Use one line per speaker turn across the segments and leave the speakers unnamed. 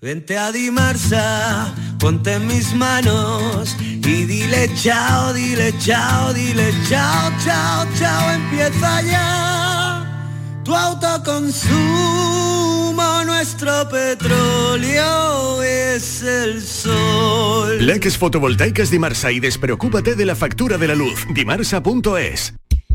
Vente a Dimarsa, ponte en mis manos y dile chao, dile chao, dile chao, chao, chao, empieza ya. Tu autoconsumo, nuestro petróleo es el sol.
Leques fotovoltaicas Dimarsa y despreocúpate de la factura de la luz. Dimarsa.es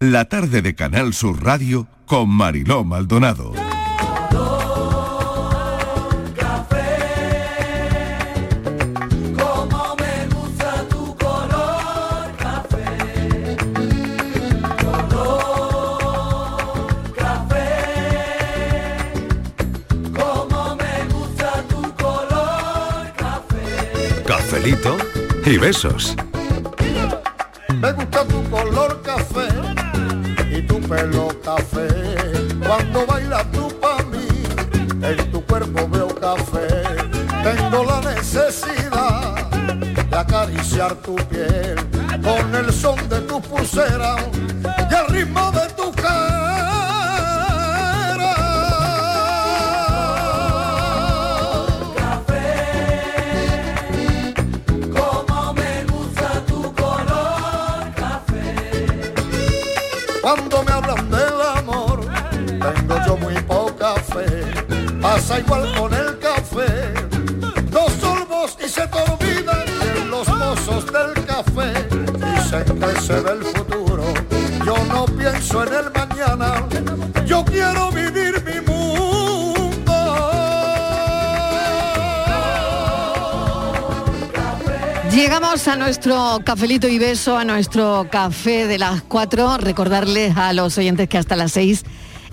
La tarde de Canal Sur Radio con Mariló Maldonado.
Cafelito y besos.
Me gusta tu color café y tu pelo café. Cuando bailas tú para mí, en tu cuerpo veo café. Tengo la necesidad de acariciar tu piel con el son de tu pulsera y el ritmo de tu cara.
Como me gusta tu color café.
Cuando me hablan del amor, tengo yo muy poca fe. Pasa igual con el café. Dos sorbos y se te olvidan y en los mozos del café. Dicen que se ve el futuro. Yo no pienso en el mañana. Yo quiero vivir mi
Llegamos a nuestro cafelito y beso, a nuestro café de las 4. Recordarles a los oyentes que hasta las 6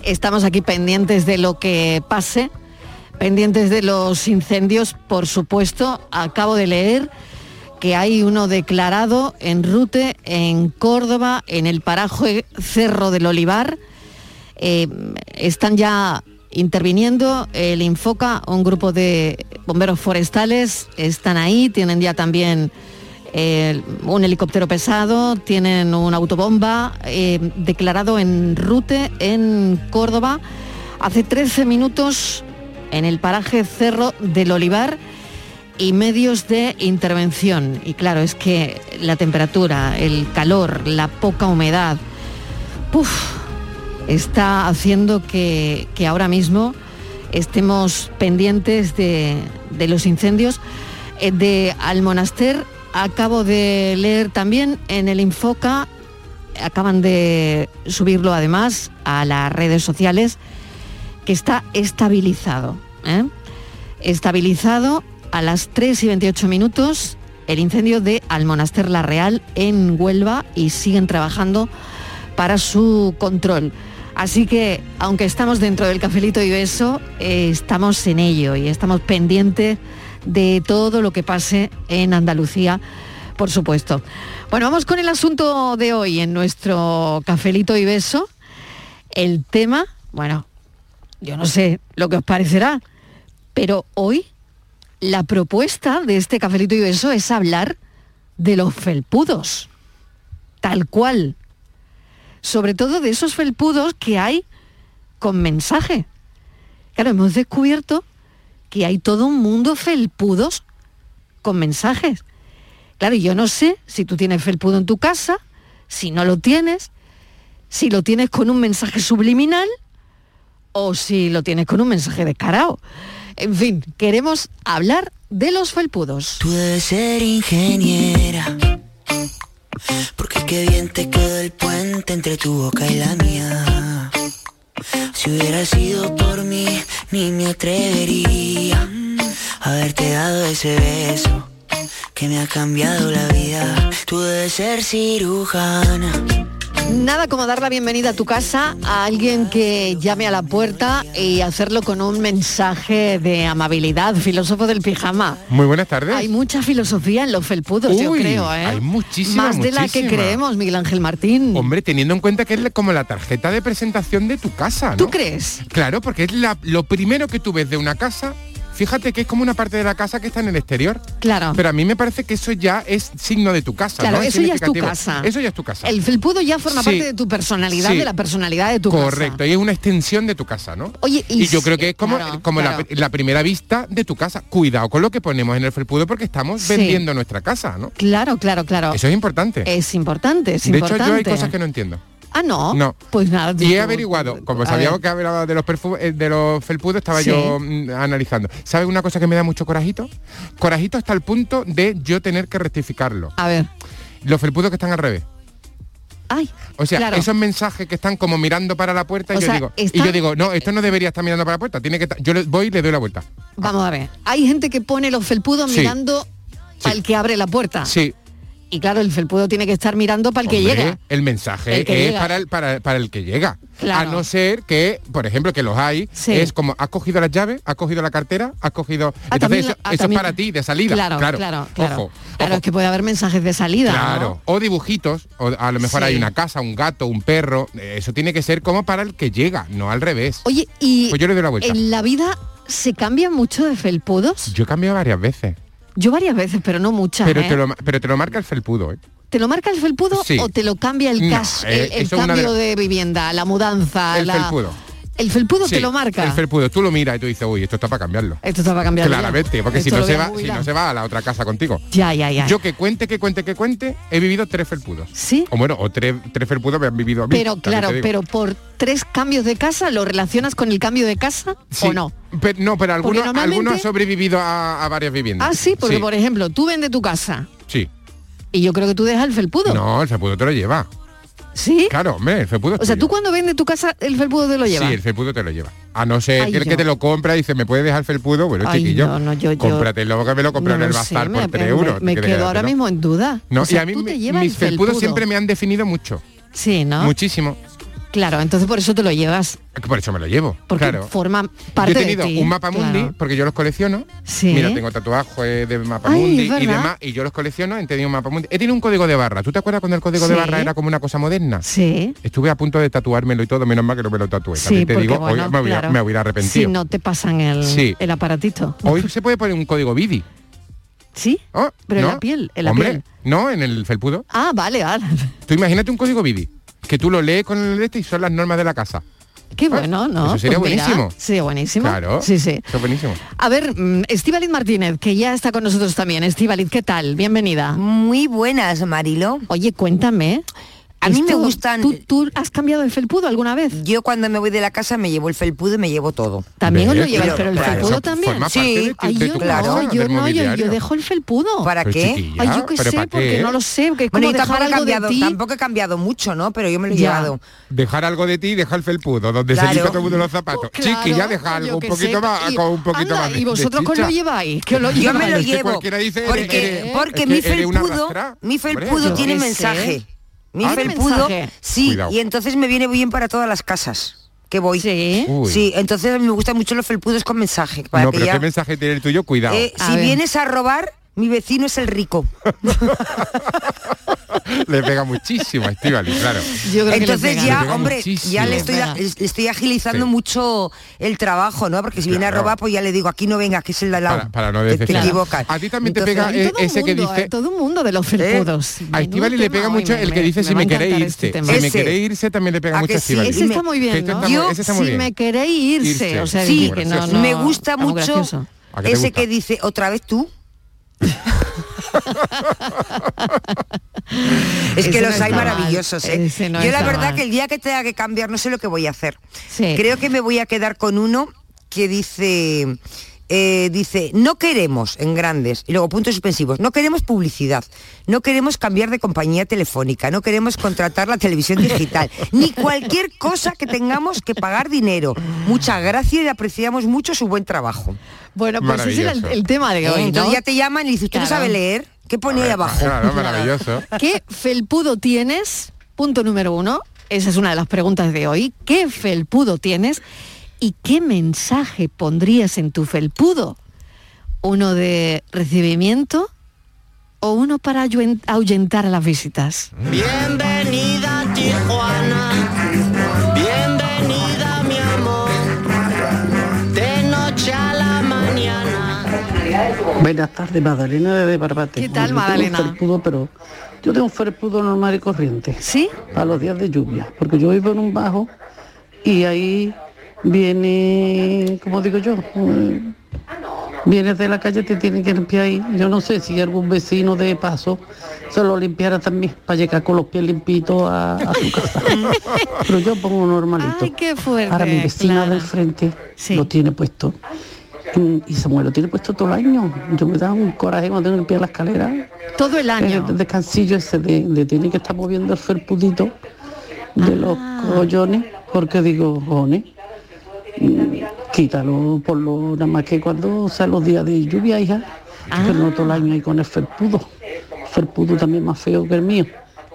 estamos aquí pendientes de lo que pase, pendientes de los incendios, por supuesto. Acabo de leer que hay uno declarado en Rute, en Córdoba, en el parajo Cerro del Olivar. Eh, están ya interviniendo el Infoca, un grupo de bomberos forestales, están ahí, tienen ya también eh, un helicóptero pesado, tienen una autobomba eh, declarado en Rute, en Córdoba, hace 13 minutos en el paraje Cerro del Olivar y medios de intervención. Y claro, es que la temperatura, el calor, la poca humedad, ¡puf! está haciendo que, que, ahora mismo estemos pendientes de, de los incendios. Eh, De Almonaster acabo de leer también en el Infoca acaban de subirlo además a las redes sociales, que está estabilizado. ¿eh? Estabilizado a las 3 y 28 minutos el incendio de Almonaster La Real en Huelva y siguen trabajando para su control. Así que, aunque estamos dentro del cafelito y beso, eh, estamos en ello y estamos pendientes de todo lo que pase en Andalucía, por supuesto. Bueno, vamos con el asunto de hoy en nuestro cafelito y beso. El tema, bueno, yo no sé lo que os parecerá, pero hoy la propuesta de este cafelito y beso es hablar de los felpudos, tal cual. Sobre todo de esos felpudos que hay con mensaje. Claro, hemos descubierto que hay todo un mundo felpudos con mensajes. Claro, yo no sé si tú tienes felpudo en tu casa, si no lo tienes, si lo tienes con un mensaje subliminal o si lo tienes con un mensaje descarado. En fin, queremos hablar de los felpudos.
Tú debes ser ingeniera, porque qué bien te quedó el puente entre tu boca y la mía. Si hubiera sido por mí, ni me atrevería a haberte dado ese beso que me ha cambiado la vida. Tú debes ser cirujana.
Nada como dar la bienvenida a tu casa a alguien que llame a la puerta y hacerlo con un mensaje de amabilidad, filósofo del pijama.
Muy buenas tardes.
Hay mucha filosofía en los felpudos, yo
Uy,
creo, ¿eh?
Hay muchísima,
Más de la que
muchísima.
creemos, Miguel Ángel Martín.
Hombre, teniendo en cuenta que es la- como la tarjeta de presentación de tu casa, ¿no?
¿Tú crees?
Claro, porque es la- lo primero que tú ves de una casa. Fíjate que es como una parte de la casa que está en el exterior.
Claro.
Pero a mí me parece que eso ya es signo de tu casa.
Claro,
¿no?
eso ya es tu
significativo.
casa.
Eso ya es tu casa.
El felpudo ya forma
Sí.
parte de tu personalidad,
Sí.
de la personalidad de tu
Correcto,
casa.
y es una extensión de tu casa, ¿no?
Oye, y
y yo creo
sí,
que es como,
claro,
como la-
claro.
La, primera vista de tu casa. Cuidado con lo que ponemos en el felpudo porque estamos
Sí.
vendiendo nuestra casa, ¿no?
Claro, claro, claro. Eh,
Eso es importante.
Es importante, es
de
importante.
hecho, yo hay cosas que no entiendo.
Ah, no.
No.
Pues nada.
Y he
tú-
averiguado, como
a
sabíamos
ver.
que hablaba de los perfu- eh, de los felpudos, estaba
Sí.
yo mm, analizando. ¿Sabes una cosa que me da mucho corajito? Corajito hasta el punto de yo tener que rectificarlo.
A ver.
Los felpudos que están al revés.
Ay,
O sea,
claro.
esos mensajes que están como mirando para la puerta y
O
yo
sea,
digo, y
están-
yo digo, no, esto no debería estar mirando para la puerta, tiene que estar- yo le voy y le doy la vuelta.
Vamos a ver. Hay gente que pone los felpudos
Sí.
mirando al que abre la puerta.
Sí.
Y claro, el felpudo tiene que estar mirando para el que
Hombre,
llega.
El mensaje
El que
es
llega.
para el, para, para el que llega.
Claro.
A no ser que, por ejemplo, que los hay,
Sí.
es como, has cogido las llaves, has cogido la cartera, has cogido... Entonces
también
eso,
la- ah,
eso es
también-
para ti, de salida.
Claro, claro, claro.
Ojo,
Claro, es que puede haber mensajes de salida. ¿no?
claro. O dibujitos, o a lo mejor
Sí.
hay una casa, un gato, un perro. eh, Eso tiene que ser como para el que llega, no al revés.
Oye, y
Pues yo le doy la vuelta.
en la vida se cambia mucho de felpudos.
Yo he cambiado varias veces.
Yo varias veces, pero no muchas.
Pero
¿eh?
te, lo, ma- pero te lo marca el felpudo, ¿eh?
¿Te lo marca el felpudo
Sí.
o te lo cambia el
No,
cash,
eh,
el, el
eso es una de
cambio
las-
de... vivienda, la mudanza,
El
la-
felpudo.
El felpudo te
Sí,
lo marca.
El felpudo, tú lo miras y tú dices, uy, esto está para cambiarlo.
Esto está para cambiar.
Claramente, porque si no, se va, si no se va a la otra casa contigo.
Ya, ya, ya.
Yo que cuente, que cuente, que cuente, he vivido tres felpudos.
Sí.
O bueno, o tres, tres felpudos me han vivido a mí.
Pero
también
claro,
te digo.
pero por tres cambios de casa, ¿lo relacionas con el cambio de casa
Sí,
o no?
Pero, no, pero
Porque
algunos,
normalmente-
algunos han sobrevivido a, a varias viviendas.
Ah, sí, porque
sí,
por ejemplo, tú vendes tu casa
sí.
y yo creo que tú dejas el felpudo.
No, el felpudo te lo lleva.
¿Sí?
Claro, hombre, el felpudo es
O sea,
tuyo.
tú cuando vendes tu casa, el felpudo te lo llevas.
Sí, el felpudo te lo lleva. A no ser
Ay,
que el
yo.
que te lo compra y dice, ¿me puede dejar el felpudo? Bueno,
Ay,
chiquillo,
no, no, yo- yo-
cómpratelo que me lo compré
No
en el
lo sé,
bazar por
me-
3
me-
euros.
Me,
te quedas
quedo ahora
quedártelo.
mismo en duda.
No,
O sea,
y a mí
tú
mi-
te llevas
mis
el
felpudos siempre me han definido mucho.
Sí, ¿no?
Muchísimo.
Claro, entonces por eso te lo llevas.
Por eso me lo llevo.
Porque
claro.
forma
Yo
parte
he tenido
de ti,
un mapa mundi
claro.
porque yo los colecciono.
Sí.
Mira, tengo tatuajes de mapa
Ay,
mundi
es
y
verdad.
demás y yo los colecciono. He tenido un mapa mundi. He tenido un código de barra. ¿Tú te acuerdas cuando el código de
Sí.
barra era como una cosa moderna?
Sí.
Estuve a punto de tatuármelo y todo, menos mal que no me lo tatué.
Sí,
pues También te
porque,
digo,
bueno,
hoy me, hubiera,
claro,
me hubiera arrepentido.
Si no te pasan el,
Sí.
el aparatito.
Hoy se puede poner un código BIDI.
¿Sí?
Oh,
Pero en
¿no?
la piel, en la
Hombre,
piel.
No, en el felpudo.
Ah, vale, vale.
Tú imagínate un código BIDI, que tú lo lees con el este y son las normas de la casa.
Qué bueno, ¿no?
Eso sería
Pues mira,
buenísimo.
sería buenísimo.
Claro.
Sí, sí.
Eso es buenísimo.
A ver, Estivaliz Martínez, que ya está con nosotros también. Estivaliz, ¿qué tal? Bienvenida.
Muy buenas, Marilo.
Oye, cuéntame.
A mí me gustan...
¿Tú, tú has cambiado el felpudo alguna vez?
Yo cuando me voy de la casa me llevo el felpudo y me llevo todo.
También os lo lleváis, pero el felpudo también.
Sí,
Ay, yo no, yo no, yo, yo dejo el felpudo.
¿Para qué?
Ay, yo qué sé, porque no lo sé, que es
Bueno, yo
como
tampoco
dejar
he,
algo de
cambiado,
ti.
tampoco he cambiado mucho, ¿no? Pero yo me lo he
Ya.
llevado.
Dejar algo de ti y dejar el felpudo, donde
Claro.
se quita todo el mundo los zapatos.
Claro,
Chiqui, ya deja algo,
yo
un
que
poquito
sé,
más,
y-
con un poquito
anda,
más. de-
¿y
de
vosotros qué os lo
chicha.
lleváis? ¿Qué os lo
Yo me
lleváis?
lo
Es que
llevo.
cualquiera dice, eres-
Porque,
eres-
porque
es
mi
que eres una
felpudo,
rastra.
mi
Hombre,
felpudo
yo
tiene
qué sé. Ah,
mensaje. Mi
¿Tiene
felpudo,
mensaje?
sí,
Cuidado.
y entonces me viene bien para todas las casas que voy. Sí,
Uy.
entonces me gustan mucho los felpudos con mensaje. Para
No,
que
pero
ya-
qué mensaje tiene el tuyo, cuidado.
Eh, si vienes a robar, mi vecino es el rico.
Le pega muchísimo a Estivali, claro.
Entonces
Le
ya,
pega
hombre, ya
muchísimo.
le estoy, a- le estoy agilizando
Sí.
mucho el trabajo, ¿no? Porque si viene a
Claro.
robar, pues ya le digo, aquí no vengas, que es el de al lado.
Para, para no
Que te,
decepcionar.
equivocas.
A ti también te
Entonces-
pega eh, ese que dice...
Todo el mundo de los felpudos.
A Estivali le pega mucho el que dice si me queréis
este
irse. Si me queréis irse también le pega mucho a Estivali.
Ese está muy bien, ¿no?
ese está muy
si
bien.
me queréis irse,
Irse.
o sea,
Sí,
que no, no,
¿Eh? me gusta
algo
mucho
gracioso.
¿A qué te
ese
gusta?
que dice, otra vez tú. es
Ese
que
no
los
está
hay
mal,
maravillosos, ¿eh?
ese no
Yo la
está
verdad
mal.
que el día que tenga que cambiar no sé lo que voy a hacer. Creo que me voy a quedar con uno que dice... eh, dice, no queremos, en grandes, y luego puntos suspensivos, no queremos publicidad, no queremos cambiar de compañía telefónica, no queremos contratar la televisión digital, ni cualquier cosa que tengamos que pagar dinero. Muchas gracias y apreciamos mucho su buen trabajo.
Bueno, pues ese era el,
Maravilloso.
el tema de hoy,
Entonces
¿no?
ya te llaman y dices, ¿usted no
Claro.
sabe leer? ¿Qué pone ahí abajo?
Claro, maravilloso.
¿Qué felpudo tienes? Punto número uno. Esa es una de las preguntas de hoy. ¿Qué felpudo tienes? ¿Y qué mensaje pondrías en tu felpudo? ¿Uno de recibimiento o uno para ahuyent- ahuyentar a las visitas?
Mm.
Bienvenida a Tijuana, bienvenida mi amor, de noche a la mañana.
Buenas tardes, Magdalena de Barbate.
¿Qué tal,
Yo tengo un
Magdalena?
felpudo, pero yo tengo un felpudo normal y corriente.
¿Sí?
Para los días de lluvia, porque yo vivo en un bajo y ahí viene, como digo yo, Eh, vienes de la calle, te tienen que limpiar ahí. Yo no sé si algún vecino de paso se lo limpiara también para llegar con los pies limpitos a, a su casa. pero yo pongo normalito.
Ay, qué fuerte.
Ahora mi vecina del frente lo tiene puesto. Mm, Y Samuel lo tiene puesto todo el año. Yo me da un coraje cuando tengo que limpiar la escalera.
Todo el año.
El, descansillo ese de, de tener que estar moviendo el felpudito de los
Ah.
collones, porque digo, jones, mm, quítalo por lo nada más que cuando sean los días de lluvia, hija.
Ah.
Pero no todo el año ahí con el felpudo. Felpudo también más feo que el mío.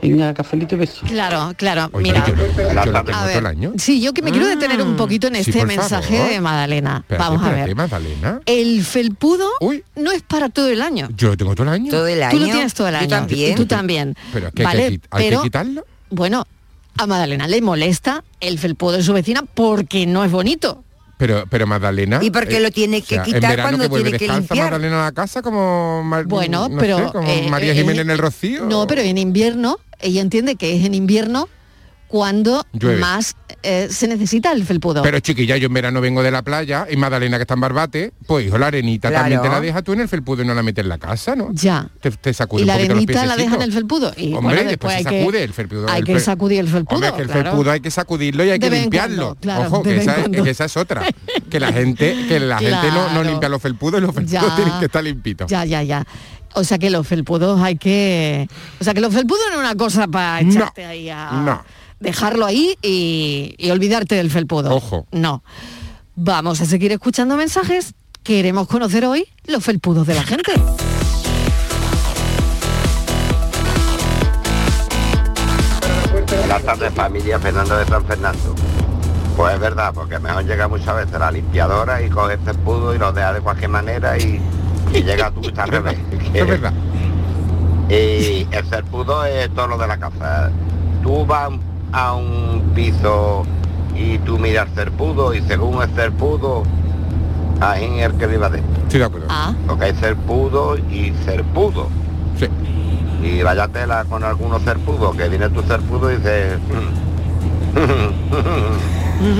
Venga, cafelito y beso.
Claro, claro. Mira,
Yo la tengo
a
todo
ver,
el año.
sí, yo que me quiero detener un poquito en
Sí,
este
por
mensaje
favor.
de Madalena.
Espérate,
Vamos a
espérate,
ver.
Magdalena.
El felpudo no es para todo el año.
Yo lo tengo todo el año.
Tú lo tienes todo el año. Y tú también.
Pero es que hay
Vale,
que quit- hay que
pero,
quitarlo.
Bueno, a Madalena le molesta el felpudo de su vecina porque no es bonito.
Pero, pero Magdalena... eh,
¿Y por qué lo tiene
¿Ah? o
que
sea, en
quitar
verano
cuando
que vuelve
tiene que
descalza
limpiar?
Magdalena a la casa como... Mar-
Bueno,
no
pero...
sé, como
eh,
María
eh,
Jiménez en el
eh,
Rocío.
No, pero en invierno, ella entiende que es en invierno cuando
Llueve.
más eh, se necesita el felpudo.
Pero chiquilla, yo en verano vengo de la playa y Madalena que está en Barbate, pues hijo, la arenita
Claro.
también te la dejas tú en el felpudo y no la metes en la casa, ¿no?
Ya.
Te, te sacude
y
un
la
poquito
arenita
los
la deja en el
piececitos.
felpudo. Y
Hombre, después,
bueno, después hay
se
que-
sacude el felpudo.
Hay
el
que
fe-
sacudir el felpudo.
Hombre, es que el
claro.
felpudo hay que sacudirlo y hay
De
que
vez en
limpiarlo.
cuando, claro,
Ojo,
de
que
vez en
esa, es,
cuando.
que esa es otra. Que la gente, que la gente no, no
Claro.
limpia los felpudos y los felpudos
Ya.
tienen que estar limpitos.
Ya, ya, ya. O sea que los felpudos hay que... O sea que los felpudos no es una cosa para
No.
echarte ahí a...
No.
Dejarlo ahí y, y olvidarte del felpudo.
Ojo.
No. Vamos a seguir escuchando mensajes. Queremos conocer hoy los felpudos de la gente.
Buenas tardes familia Fernando de San Fernando. Pues es verdad, porque mejor llega muchas veces la limpiadora y coge el espudo y lo deja de cualquier manera y, y llega tú y está al revés.
Es verdad.
Y el serpudo es todo lo de la casa. Tú vas a un piso y tú miras el serpudo y según el serpudo, ahí en el que viva dentro.
Estoy de acuerdo.
Porque hay serpudo y serpudo.
Ah. Sí.
Y vaya tela con algunos serpudos, que viene tu serpudo y dice... "Mm".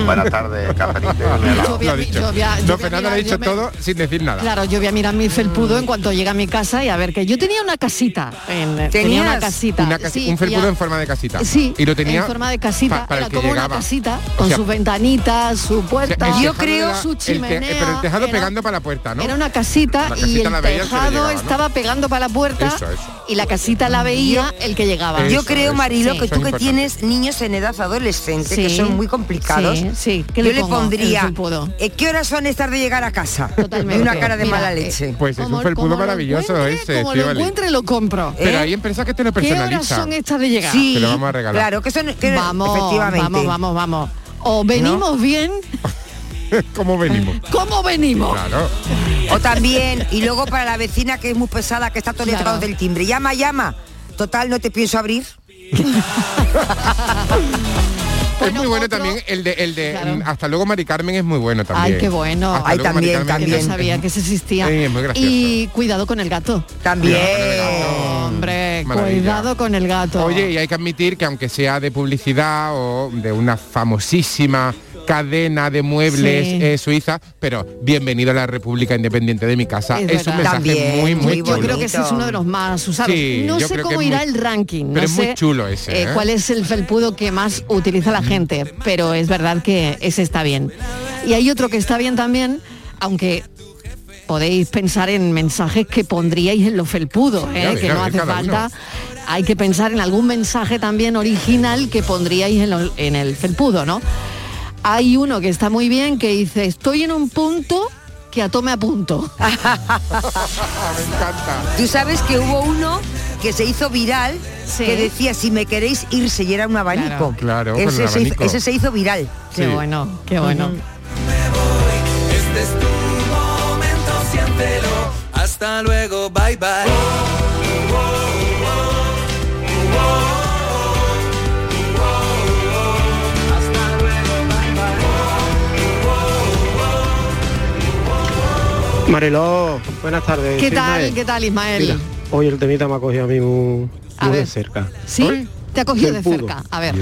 Buenas tardes, Cafelito.
Lo
voy a
ha
mi-
dicho.
yo voy a- yo voy a
No, Fernando lo
mirar,
ha
yo
dicho
me-
todo sin decir nada.
Claro, yo voy a mirar mi felpudo en cuanto llegue a mi casa y a ver que yo tenía una casita. en- eh, tenía una casita.
Una casi-
sí,
un felpudo
ya-
en forma de casita.
Sí,
Y lo tenía
en forma de casita.
pa- para
era
el que
como
llegaba.
una casita
O
con
sea,
sus ventanitas, su puerta.
El tejado era-
su
el te-
chimenea.
pero el tejado
era-
pegando para la puerta, ¿no?
Era una casita,
La
y
casita
el
la veías que le
tejado
llegaba, ¿no?
estaba pegando para la puerta
Eso, eso.
y la casita la veía el que llegaba.
Yo creo, Marilo, que
Sí.
tú que tienes niños en edad adolescente que
Sí.
son muy complicados,
Sí, sí. ¿Qué
yo
le
le
pongo?
pondría,
El felpudo.
eh, ¿qué horas son estas de llegar a casa? Y una cara de
Mira,
mala
eh,
leche.
Pues es un felpudo maravilloso ese,
Como lo
Estíbaliz.
encuentre lo compro.
Pero hay empresas que te lo
¿Qué horas
personalizan.
son estas de llegar?
Sí, Te lo vamos a regalar. claro,
que son
vamos,
efectivamente.
Vamos, vamos, vamos. O venimos bien,
¿Cómo venimos?
¿cómo venimos?
Claro.
O también, y luego para la vecina que es muy pesada, que está todo detrás del timbre. Llama, llama. Total, no te pienso abrir.
es muy bueno también el de el de mm, hasta luego Mari Carmen es muy bueno también. Ah,
Ay, qué bueno.
Hasta luego, Mari Carmen,
Que no sabía que se existía.
Sí, es muy gracioso.
y cuidado con el gato. Hombre,
Maravilla.
cuidado con el gato.
Oye, y hay que admitir que aunque sea de publicidad o de una famosísima cadena de muebles
Sí.
eh, suiza, pero bienvenido a la República Independiente de mi casa. Es, un
verdad.
mensaje muy, muy
Yo- Yo
chulo.
creo que ese es uno de los más usados.
Sí,
no
yo
sé
creo que
cómo
es
irá
muy-
el ranking. no
pero es muy
sé,
chulo ese, ¿eh?
¿Cuál es el felpudo que más utiliza la gente? Pero es verdad que ese está bien. Y hay otro que está bien también, aunque podéis pensar en mensajes que pondríais en los felpudos, ¿eh?
a ver,
que
a
no
ver,
hace
cada uno.
falta. Hay que pensar en algún mensaje también original que pondríais en, lo- en el felpudo, ¿no? Hay uno que está muy bien que dice, estoy en un punto que a tome a punto.
Tú sabes que hubo uno que se hizo viral
Sí.
que decía si me queréis irse y era un abanico.
Claro, con
ese,
el
se hizo,
abanico.
ese se hizo viral.
Qué Sí. bueno, qué bueno.
Este es tu momento, siéntelo. Hasta luego, bye bye.
Mariló, buenas tardes.
¿Qué
Soy
tal?
Ismael.
¿Qué tal, Ismael?
Eh, Mira, hoy el temita me ha cogido a mí muy, muy de cerca.
¿Sí? Te ha cogido de
Felpudo.
cerca. A ver.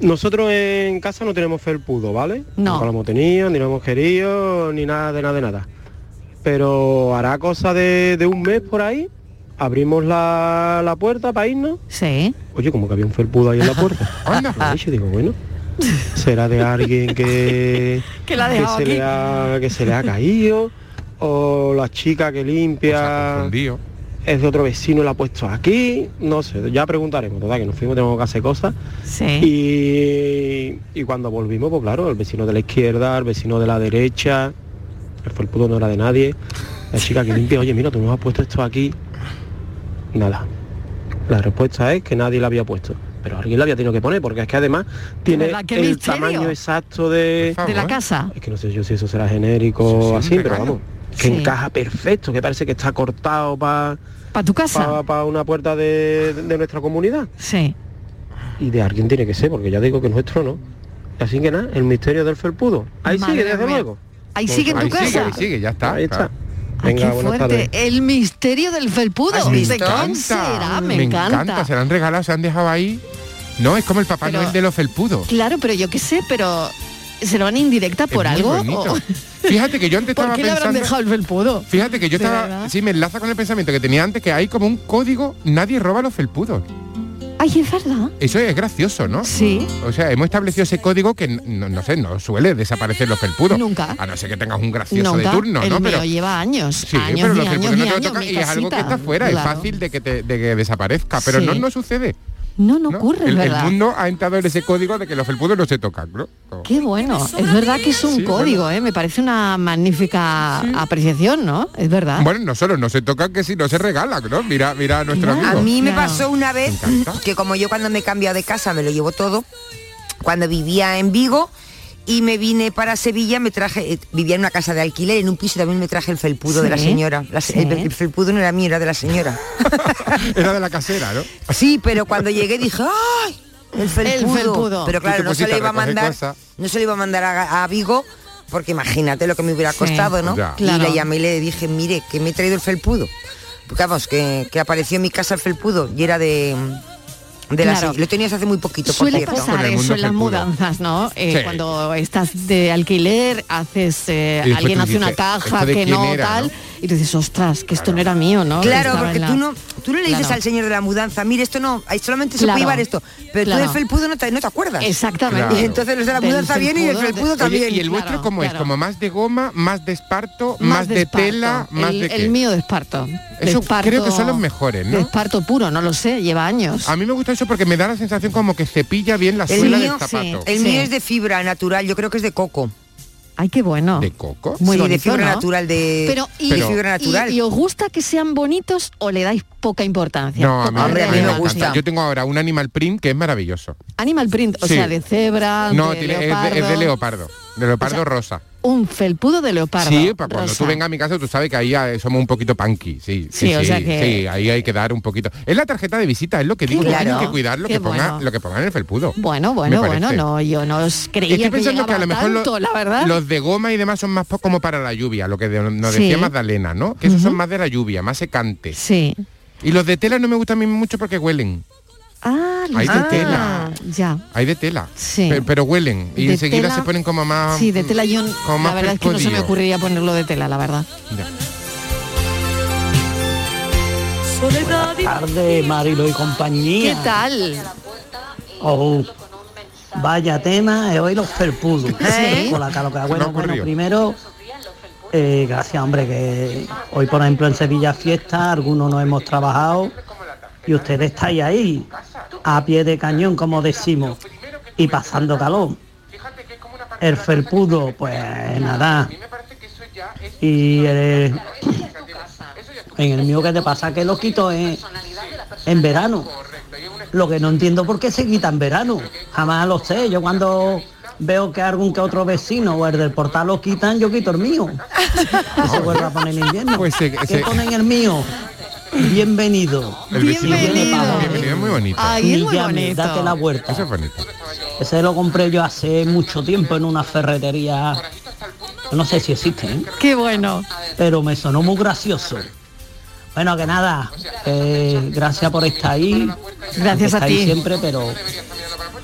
Nosotros en casa no tenemos felpudo, ¿vale?
No.
Nunca lo hemos tenido, ni lo hemos querido, ni nada de nada de nada. Pero hará cosa de, de un mes por ahí, abrimos la, la puerta para irnos.
Sí.
Oye, como que había un felpudo ahí en la puerta. Lo he dicho, digo, bueno, será de alguien que,
Que la ha dejado
se
aquí.
le ha, que se le ha caído, o la chica que limpia es de otro vecino, la ha puesto aquí, no sé, ya preguntaremos, ¿verdad? Que nos fuimos, tenemos que hacer cosas. Y, y cuando volvimos, pues claro, el vecino de la izquierda, el vecino de la derecha, el felpudo no era de nadie, la chica que limpia, oye, mira, tú nos has puesto esto aquí. Nada. La respuesta es que nadie la había puesto. Pero alguien la había tenido que poner, porque es que además tiene
verdad? ¡Qué
el
misterio!
tamaño exacto de,
De la casa.
Es que no sé yo si eso será genérico o así, pero vamos. Que
Sí.
encaja perfecto, que parece que está cortado para
¿Para tu casa?
Para una puerta de, de nuestra comunidad.
Sí.
Y de alguien tiene que ser, porque ya digo que nuestro no. Así que nada, el misterio del felpudo. Ahí
Madre
sigue, desde
mía.
luego.
Pues Ahí sigue en tu casa.
ya está.
Ahí está.
claro.
Qué
Venga, buenas tardes.
fuerte. El misterio del felpudo.
Ay,
¿De quién será? Me, encanta.
se la han regalado, se han dejado ahí. No, es como el Papá
Pero-
Noel de los felpudos.
Claro, pero yo qué sé, pero ¿se lo van indirecta por
muy
algo?
bonito.
¿O-
Fíjate que yo antes
¿Por
estaba
qué le habrán
pensando-
dejado el felpudo?
Fíjate que yo
¿De
estaba,
verdad?
sí, me enlaza con el pensamiento que tenía antes, que hay como un código, nadie roba los felpudos.
Ay, es verdad.
Eso es gracioso, ¿no?
Sí.
O sea, hemos establecido ese código que, no, no sé, no suele desaparecer los felpudos.
Nunca.
A no ser que tengas un gracioso
Nunca.
de turno,
el
¿no?
mío lleva años.
Sí,
años
pero
y
los
años
felpudos no
y
te lo
años,
tocan
mi
y es algo que
casita.
está fuera, es
Claro.
fácil de que, te- de que desaparezca, pero
Sí.
no, no sucede.
No, no ocurre, es
El, el
verdad.
mundo ha entrado en ese código de que los felpudos no se tocan, ¿no? Como-
Qué bueno, es verdad que es un
Sí,
código, ¿eh? me parece una magnífica apreciación, ¿no? Es verdad.
Bueno, no solo no se tocan, que si no se regalan, ¿no? Mira, mira a nuestro
A
amigo.
mí me pasó una vez que como yo cuando me he cambiado de casa me lo llevo todo, cuando vivía en Vigo y me vine para Sevilla, me traje, eh, vivía en una casa de alquiler, en un piso y también me traje el felpudo de la
Sí,
señora. La se- el,
sí.
el felpudo no era mío, era de la señora.
Era de la casera, ¿no?
Sí, pero cuando llegué dije, ¡ay! El felpudo.
felpudo.
Pero
Tú
claro,
te
no se
pusiste
lo
a
iba a
recoger
mandar,
cosas.
no se lo iba a mandar a, a Vigo. Porque imagínate lo que me hubiera
Sí.
costado, ¿no?
Ya.
Y
Claro.
le llamé y le dije, mire, que me he traído el felpudo. Porque, vamos, que, que apareció en mi casa el felpudo y era de, de la
Claro.
seis. Lo tenías hace muy poquito, por
Suele
cierto.
pasar eso en las mudanzas, ¿no? Eh,
Sí.
Cuando estás de alquiler, haces eh,
Y después
alguien
tú
hace una
dices,
caja
¿esto de
que
quién
no
era,
tal
no?
y tú dices, ostras, que esto no era mío, ¿no?
Claro,
Estaba
porque
en la-
tú no, tú no le dices
Claro.
al señor de la mudanza, mire, esto no, ahí solamente se
Claro.
puede llevar esto. Pero
Claro.
tú del felpudo no te, no te acuerdas.
Exactamente.
Y entonces los de la mudanza vienen y el felpudo también.
Oye, ¿Y el vuestro cómo es? ¿Como más de goma, más de esparto, más, de,
esparto.
tela, más
el,
de qué?
El mío de esparto.
Eso
De esparto-
creo que son los mejores, ¿no?
De esparto puro, no lo sé, lleva años.
A mí me gusta eso porque me da la sensación como que cepilla bien la
El
suela
mío,
del zapato.
el mío es de fibra natural, yo creo que es de coco.
Ay, qué bueno.
¿De coco?
Muy
bonito,
de fibra
¿no?
natural, de,
Pero, y,
de fibra natural.
Y, y os gusta que sean bonitos o le dais poca importancia?
No, a mí,
Porque
a mí
da
me
igual.
gusta. Yo tengo ahora un animal print que es maravilloso.
Animal print, o
Sí.
sea, de cebra,
No,
de
tiene- es, de,
leopardo.
es de leopardo, de leopardo rosa.
Un felpudo de leopardo.
sí, para cuando
rosa.
tú vengas a mi casa tú sabes que ahí ah, somos un poquito punky, sí, sí,
Sí, o sea
sí,
que-
sí, ahí hay que dar un poquito. Es la tarjeta de visita, es lo que
Qué
digo,
bueno,
tienen que cuidar lo
qué
que ponga,
bueno.
lo que pongan en el felpudo.
Bueno, bueno, bueno, no, yo no os creía
Estoy
que
pensando que, a lo
llegaba
mejor lo-
tanto, la verdad.
los de goma y demás son más po- como para la lluvia, lo que de- nos decía
Sí.
Magdalena, ¿no? Que esos son más de la lluvia, más secantes.
Sí.
Y los de tela no me gustan a mí mucho porque huelen.
Ah,
Hay de
ah,
tela.
Ya.
Hay de tela,
Sí.
pe- pero, huelen y
De
enseguida
tela-
se ponen como más...
Sí, de tela yo
como
la
más
verdad es que no se me
frescudillo.
ocurriría ponerlo de tela, la verdad.
Buenas tardes, Marilo y compañía.
¿Qué tal?
Oh, vaya tema, eh, hoy los felpudos.
¿Eh?
Con la calor que da. Bueno, bueno, primero, eh, gracias, hombre, que hoy, por ejemplo, en Sevilla Fiesta, algunos no hemos trabajado y ustedes estáis ahí, a pie de cañón, como decimos, y pasando calor. El felpudo, pues nada. Y eh, en el mío que te pasa que lo quito eh, en verano. Lo que no entiendo por qué se quita en verano. Jamás lo sé. Yo cuando veo que algún que otro vecino o el del portal lo quitan, yo quito el mío. Y se vuelve a poner en invierno. ¿Qué
ese-
ponen el mío? Bienvenido.
El vecino. Bienvenido. Bienvenido, es muy bonito. Ay, es
Y
muy
llame,
bonito.
Date la vuelta.
Eso es bonito.
Ese lo compré yo hace mucho tiempo en una ferretería. No sé si existe, ¿eh?
Qué bueno.
Pero me sonó muy gracioso. Bueno, que nada, que gracias por estar ahí. aunque
Gracias a
estáis
ti.
siempre, pero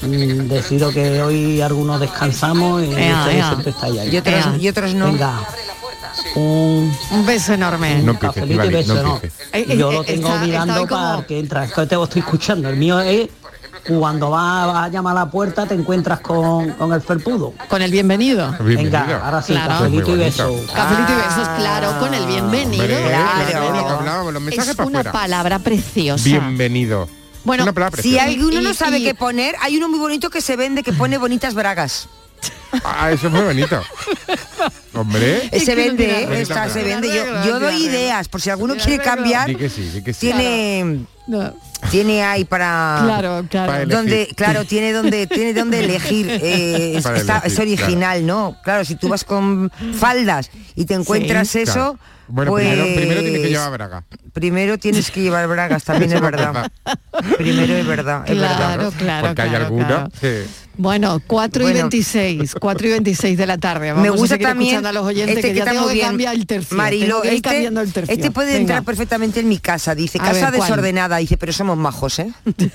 mm, decido que hoy algunos descansamos y
Ea,
ustedes
ea.
siempre estáis ahí.
Y otros- Ea. y otros no.
Venga. Un,
Un beso enorme.
un cafelito y beso, ¿no?
Eh, eh,
Yo lo
eh,
tengo
está- está
mirando
hoy como-
para que entras, que te estoy escuchando. El mío es cuando vas vas a llamar a la puerta te encuentras con, con el felpudo.
Con el bienvenido.
Venga, ahora sí,
Claro.
cafelito y
Muy
beso.
Cafelito y besos, claro, con el bienvenido.
Hombre, claro,
Claro.
lo que hablábamos, los mensajes
es
para
una
afuera.
palabra preciosa.
Bienvenido.
Bueno,
una palabra
Si
preciosa.
alguno
Y-
no sabe
y-
qué poner, hay uno muy bonito que se vende que pone bonitas bragas.
Ah, eso es muy bonito. Hombre.
Eh, Se vende, eh,
Bonita
está,
palabra.
se vende. Yo, yo doy ideas, por si alguno quiere cambiar,
Di que sí, di que sí.
tiene... Tiene ahí para
Claro, claro. Para elegir.
donde claro tiene donde tiene donde elegir eh, es,
Para
está-
elegir,
es original no claro si tú vas con faldas y te encuentras
Sí.
eso
Claro. Bueno, primero-
pues-
primero tienes que llevar braga.
primero tienes que llevar bragas también es verdad primero es verdad es verdad
Claro, claro,
Porque hay
claro,
alguna
claro.
que-
Bueno, 4 y 26, 4 y 26 de la tarde. Vamos
me
a
gusta
seguir
también
escuchando a los oyentes
este
que, ya
está
tengo
muy
que
bien.
cambiar el tercio.
Marilo,
tengo que ir
este,
cambiando el tercio.
este puede
Venga.
entrar perfectamente en mi casa dice
A
casa
ver, ¿cuál?
desordenada dice pero somos majos eh
Eso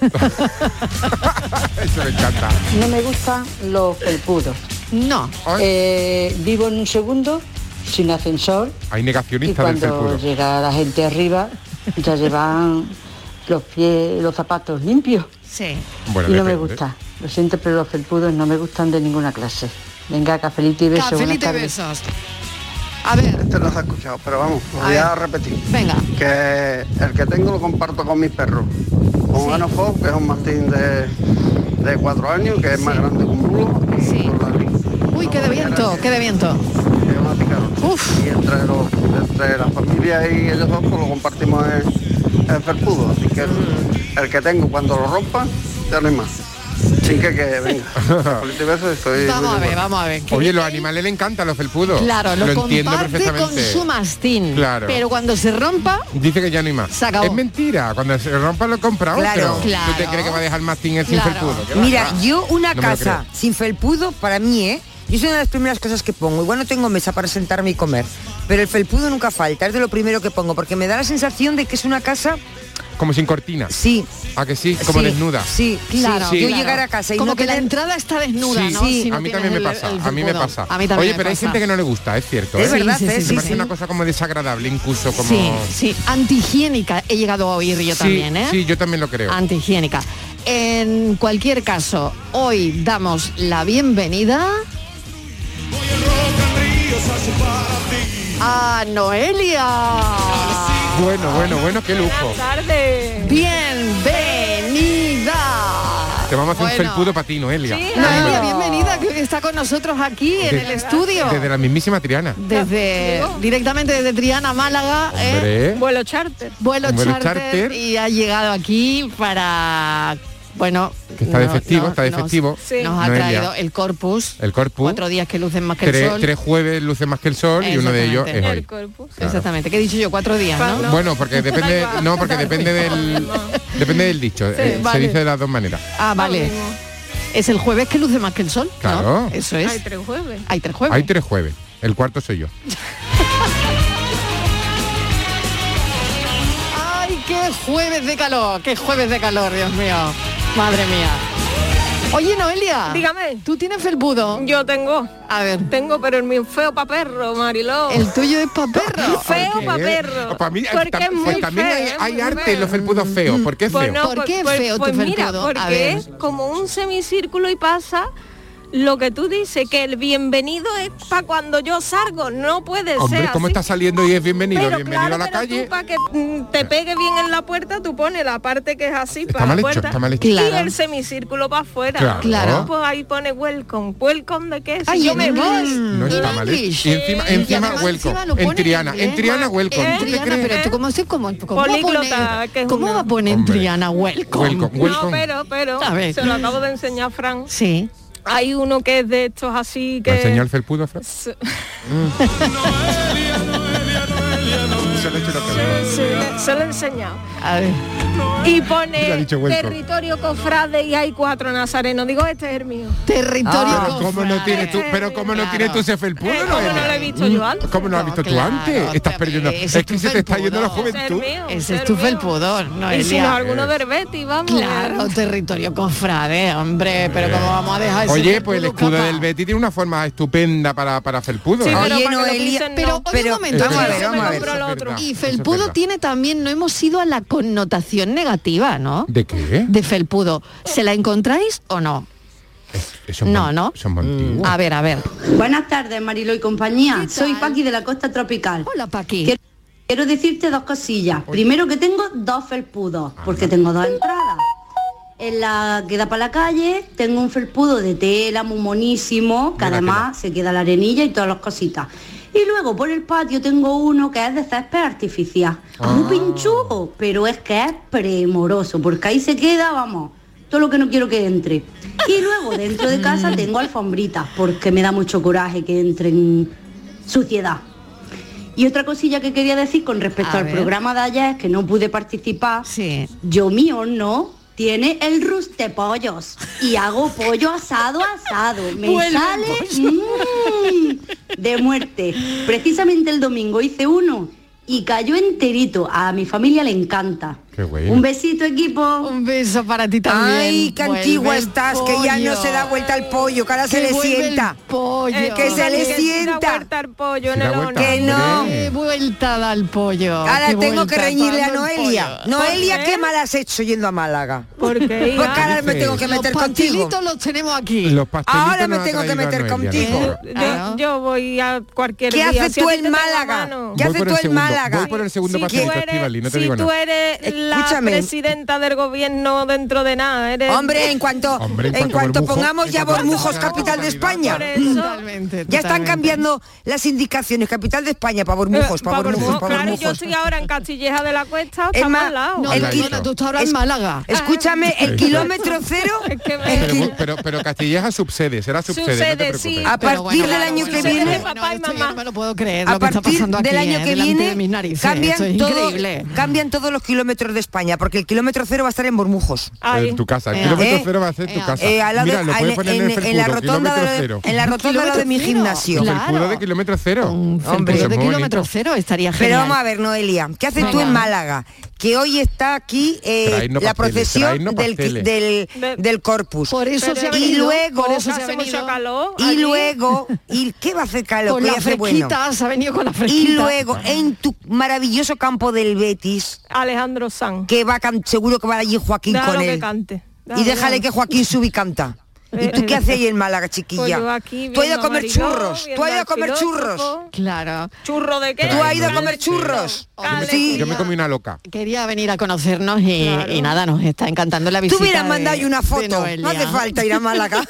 me encanta.
No me gustan los felpudos.
No.
Eh, vivo en un segundo, sin ascensor,
Hay
y
negacionistas del
cuando
felpudo.
llega la gente arriba, ya llevan los pies, los zapatos limpios.
Sí.
Y
Bueno,
no
depende.
me gusta. Lo siento, pero los felpudos no me gustan de ninguna clase. Venga, cafelito y besos. buenas
Cafelito y
tardes.
besos. A ver.
Este lo has escuchado, pero vamos, lo voy a repetir.
Venga.
Que el que tengo lo comparto con mis perros. Con Ano Fox, que es un mastín de, de cuatro años, que es más grande que un bulo. Sí.
Uy, qué de viento, qué de viento.
Y entre, los, entre la familia y ellos dos, pues lo compartimos el, el felpudo. Así que
Mm.
el, el que tengo, cuando lo rompa, ya no hay más. Así que, que venga. Cafelito y besos, estoy-
Vamos a ver, vamos a ver.
Oye, los animales le encantan los felpudos.
Claro, lo,
entiendo
comparte con
perfectamente.
su mastín.
Claro.
Pero cuando se rompa,
Dice que ya no hay más.
Se acabó.
Es mentira. Cuando se rompa lo compra
Claro,
otro.
claro.
¿Tú te crees que va a dejar Martín el sin
Claro.
felpudo? ¿Qué va,
Mira,
qué va?
yo una
No me lo
casa
creo.
sin felpudo, para mí, ¿eh? Yo soy una de las primeras cosas que pongo. Igual no tengo mesa para sentarme y comer, pero el felpudo nunca falta, es de lo primero que pongo, porque me da la sensación de que es una casa
como sin cortina.
Sí.
¿A que sí? Como
Sí,
desnuda.
Sí, claro. Yo llegar a casa y
Como
no
que la
quedar-
entrada está desnuda,
Sí,
¿no?
sí,
Si no
a mí
tienes
también me
el-
pasa,
el
a mí me
pudor.
pasa.
A mí también
Oye,
me
pero hay
pasa.
gente que no le gusta, es cierto. ¿eh?
Es verdad, Sí, sí,
Me
sí,
parece
sí.
una cosa como desagradable, incluso como...
Sí, sí, antihigiénica he llegado a oír yo
Sí,
también, ¿eh?
sí, yo también lo creo.
Antihigiénica. En cualquier caso, hoy damos la bienvenida a Noelia.
Bueno, bueno, bueno, qué lujo.
tardes. Bienvenida.
Te vamos a hacer un
Bueno.
felpudo para ti, Noelia.
Noelia, bienvenida, que hoy está con nosotros aquí en
Desde-
el estudio.
Desde la mismísima Triana.
Desde, directamente desde Triana, Málaga. ¿eh?
Hombre.
Vuelo charter. Vuelo,
Un vuelo
charter,
charter.
Y ha llegado aquí para, bueno...
Que está de festivo, está de
nos-
festivo.
Nos,
Sí.
ha
Noelia.
traído el corpus.
El corpus.
Cuatro días que lucen más que el
Tres,
sol.
tres jueves luce más que el sol y uno de ellos es
Exactamente.
hoy. Claro.
Exactamente. ¿Qué he dicho yo? Cuatro días, ¿no?
Bueno, porque depende, no, porque depende del, depende del dicho.
Sí,
eh,
vale.
Se dice de las dos maneras.
Ah, vale. Es el jueves que luce más que el sol. ¿no?
Claro.
Eso es.
Hay
tres jueves. Hay tres jueves.
Hay tres jueves. El cuarto soy yo.
¡Ay, qué jueves de calor! ¡Qué jueves de calor, Dios mío! Madre mía. Oye, Noelia.
Dígame.
¿Tú tienes felpudo?
Yo tengo.
A ver.
Tengo, pero el mío es feo pa' perro, Mariló.
El tuyo es pa' perro.
feo
¿Qué?
pa' perro.
O pa' mí,
porque
tam-
es muy
pues también
feo,
hay,
es
hay
muy
arte
feo.
en los felpudos feos. ¿Por qué es feo?
Pues no, pues- pues- pues mira,
felpudo? A
porque
ver.
es como un semicírculo y pasa lo que tú dices, que el bienvenido es para cuando yo salgo, no puede ser
Hombre,
así.
¿cómo está saliendo y es bienvenido?
Pero
bienvenido
claro,
a la
pero
calle.
tú para que mm, te pegue bien en la puerta, tú pones la parte que es así para
mal
la
hecho,
puerta
está mal hecho.
y
Claro.
el semicírculo para afuera.
Claro. Claro.
Pues ahí pone welcome, welcome de qué. Si
Ay,
yo
en
me voy.
inglés.
No está mal. ¿eh?
English.
Y encima,
Y
encima,
además
welcome.
encima lo pone
en Triana,
inglés. ¿Eh?
en Triana, welcome.
En
¿Tú te
Triana,
crees?
pero tú cómo se cómo, cómo va a
¿eh? Políglota,
poner,
que es
cómo
una-
va a poner Triana welcome?
Welcome,
No, pero, pero,
A ver.
se lo acabo de enseñar a Fran.
Sí.
Hay uno que es de estos así que...
¿Me enseñó el felpudo, Fran?
Se-
Se lo he hecho lo que-
se- se lo he enseñado.
A ver.
Y
Ya ha
pone
dicho welcome.
territorio cofrade y hay cuatro nazarenos. Digo, este es el mío. Ah.
Territorio
pero Ah, cómo no tiene tú, pero cómo no tiene tú ese felpudo,
Eh, ¿cómo no
Noelia?
lo he visto
Mm.
yo antes?
¿Cómo no lo has visto tú antes? Estás perdiendo. Es,
ese es
que
tu
se te está
felpudo.
yendo la
Ser
juventud.
mío,
Ese es
ser
tu
mío.
felpudor, Noelia.
Y si no, alguno del Betis, vamos.
Claro, territorio cofrade, hombre, pero cómo vamos a dejar ese
Eh, Oye, pues el
felpudo
escudo
capaz?
del Betty tiene una forma estupenda para, para felpudo. ¿no?
Oye, Noelia,
pero, oye, un momento,
Vamos a ver,
Felpudo.
vamos a ver. Eso es verdad, eso
Y
es
felpudo
verdad.
tiene también, no hemos ido a la connotación negativa, ¿no?
¿De qué?
De felpudo. ¿Se la encontráis o no? No, no. A ver, a ver.
Buenas tardes, Marilo y compañía. Soy Paqui de la Costa Tropical.
Hola, Paqui.
Quiero, quiero decirte dos cosillas. Primero que tengo dos felpudos,
Ah.
porque tengo dos entradas. En la que da para la calle tengo un felpudo de tela muy monísimo, que
Mira,
además se queda la arenilla y todas las cositas. Y luego por el patio tengo uno que es de césped artificial. Muy pinchudo, pero es que es premoroso, porque ahí se queda, vamos, todo lo que no quiero que entre. Y luego dentro de casa tengo alfombritas, porque me da mucho coraje que entren suciedad. Y otra cosilla que quería decir con respecto
A
al
ver.
programa de ayer, que no pude participar, yo mío no, tiene el rustepollos y hago pollo asado asado. Me
Vuelve
sale
el pollo.
mm, de muerte. Precisamente el domingo hice uno y cayó enterito. A mi familia le encanta.
Qué bueno.
Un besito equipo.
Un beso para ti
también.
Ay, qué antigua estás, que ya no se da vuelta al pollo, que ahora se
Que
le
vuelve el
sienta. Eh,
pollo.
Que se le
Que
sienta.
Da vuelta al
Sí,
pollo en
da
el
vuelta.
horno.
Que no.
Qué vuelta da al pollo.
Ahora
qué
tengo que
vuelta
reñirle
da
a
al
Noelia.
pollo.
Noelia, qué mal has hecho yendo a Málaga.
¿Por qué, hija?
Porque ahora me tengo que meter
Los
contigo.
pastelitos los tenemos aquí.
Los pastelitos
Ahora me
nos ha
tengo que
traído
meter
Noelia,
contigo. Ah.
por
Yo,
Claro.
yo voy a cualquier
¿Qué
día.
haces
Si a
tú
ti
en
te tengo
Málaga?
mano.
Voy
¿Qué haces
por
tú
el
en
segundo,
Málaga?
Voy por el segundo
Si
pastelito,
tú
Estivali,
eres,
no te
si
digo
tú
nada.
eres la
Escúchame.
presidenta del gobierno dentro de nada, eres...
Hombre, en cuanto, en cuanto, pongamos ya Bormujos, capital de España. Mm.
Por eso,
Ya están cambiando las indicaciones, capital de España, para Bormujos, para
pa'
Bormujos,
Bormujos,
para
eh, claro, yo
Bormujos.
estoy ahora en Castilleja de la Cuesta, está
ma-
más al lado.
el kil- es- Escúchame, el kilómetro cero,
Pero, bu- pero, pero Castilleja subsede, será subsede. no te preocupes.
a partir del año que viene,
Papá y mamá. no me lo puedo creer.
a
lo que está
partir
pasando aquí,
del año
eh,
que
delante
viene,
de mis narices.
cambian
Esto es
todo-
increíble.
cambian todos los kilómetros alrededor de España, porque el kilómetro cero va a estar en Eh, Bormujos.
En tu casa, el kilómetro cero va a ser tu casa.
eh, al lado-
Mira, lo puedes
en-
poner en
en-
el
en
felpudo,
la rotonda
kilómetro
de-
cero.
en la rotonda al lado de mi gimnasio.
El felpudo de kilómetro cero.
Hombre.
Pues es
de
muy
kilómetro
bonito.
cero estaría
Pero
genial.
vamos a ver, Noelia, ¿qué haces tú
Venga.
en Málaga? Que hoy está aquí eh,
Traednos
la
pasteles,
procesión
traednos
del,
pasteles.
del, del corpus. Por
eso se ha
y
venido,
luego,
por eso se ha Hace mucho venido. calor
y
allí.
luego, ¿y qué va a hacer calor?
Con
que
la
hoy hace
fresquita, se ha venido con la
Y
fresquita.
luego, en tu maravilloso campo del Betis,
Alejandro Sanz.
Que va a can- seguro que va allí Joaquín
Déjalo
con
que
él.
cante. Eh,
y
Déjalo,
déjale
déjalo.
que Joaquín sube y canta. ¿Y tú qué haces ahí en Málaga, chiquilla?
Pues yo aquí
tú has ido a
viendo
comer
Mariló,
churros, tú
viendo
has ido a
al
comer
filósofo.
churros.
Claro.
¿Churro de qué?
Tú has ido a comer churros.
Yo me- Yo me comí una loca.
Quería venir a conocernos y, y nada, nos está encantando la visita.
Tú hubieras
de-
mandado ahí una
de
foto. No hace
Noelia.
falta ir a Málaga.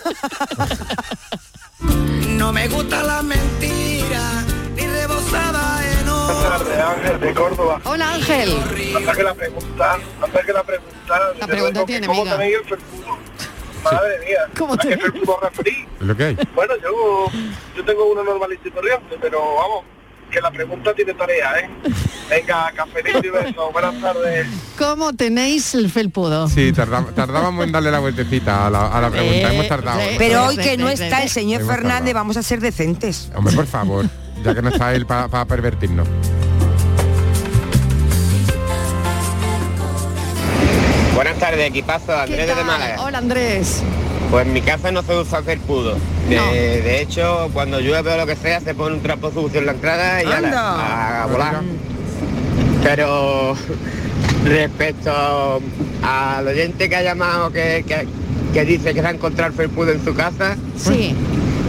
No me gusta la mentira, ni rebosada en oro.
Ángel de Córdoba.
Hola Ángel.
Anda que la pregunta, anda que la pregunta. La
pregunta tiene,
¿Cómo
amiga.
tenéis el felpudo? Madre mía. ¿Cómo tenéis? el felpudo refri?
Lo que hay.
Bueno, yo, yo tengo uno normalito y corriente, pero vamos, que la pregunta tiene tarea, ¿eh? Venga, cafelito y beso. Buenas tardes.
¿Cómo tenéis el felpudo?
Sí, tarda- tardábamos en darle la vueltecita a la, a la pregunta.
Eh,
Hemos tardado.
eh,
Pero hoy que no está el señor
Hemos tardado.
Fernández, vamos a ser decentes.
Hombre, por favor, ya que no está él para pervertirnos.
Buenas tardes, equipazo, Andrés desde Málaga.
Hola Andrés.
Pues en mi casa no se usa hacer pudo. De,
No.
de hecho, cuando llueve o lo que sea, se pone un trapo sucio en la entrada y ala,
Anda.
a volar. Pero respecto al oyente que ha llamado que, que- que dice que va a encontrar felpudo en su casa,
sí.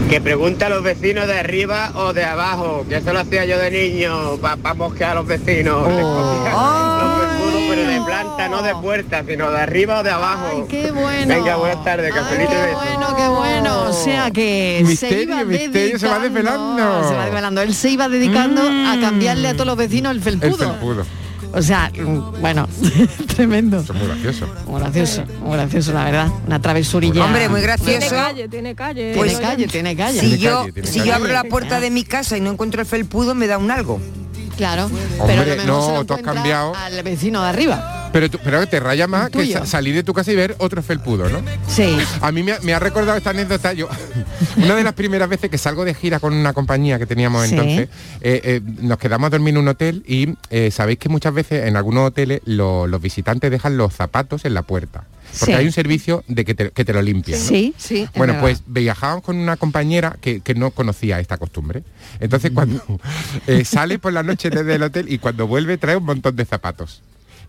que pregunta a los vecinos de arriba o de abajo, que eso lo hacía yo de niño, para mosquear a los
Oh.
vecinos. Les cogía los felpudos, pero de planta, no de puerta, sino de arriba o de abajo.
Qué bueno.
Venga, buenas tardes, cafelito y besos.
Bueno, qué bueno. O sea que se
Misterio,
iba
misterio, se va
dedicando-
desvelando. Mm.
Se va desvelando. Él se iba dedicando a cambiarle a todos los vecinos el
El
felpudo.
felpudo.
O sea, mm, bueno, tremendo.
Eso es muy gracioso.
Muy gracioso, muy gracioso, la verdad. Una travesurilla.
Hombre, muy gracioso.
Tiene calle, tiene calle.
Tiene
Oye,
calle, tiene calle.
Pues Si
Tiene
yo,
calle, tiene
si
calle.
yo abro la puerta de mi casa y no encuentro el felpudo, me da un algo.
Claro,
Hombre,
pero a lo mejor
no,
se lo
Oh, tú has
encuentra
cambiado.
al vecino de arriba.
Pero, tú- pero te raya más que
Tuyo.
sa- salir de tu casa y ver otro felpudo, ¿no?
Sí.
A mí me ha, me ha recordado esta anécdota. Yo, una de las primeras veces que salgo de gira con una compañía que teníamos
Sí.
entonces, eh, eh, nos quedamos a dormir en un hotel y eh, sabéis que muchas veces en algunos hoteles lo- los visitantes dejan los zapatos en la puerta. Porque
Sí.
hay un servicio de que te, que te lo limpian. ¿no?
Sí, sí, es
Bueno,
verdad.
pues viajábamos con una compañera que, que no conocía esta costumbre. Entonces cuando eh, sale por la noche desde el hotel y cuando vuelve trae un montón de zapatos.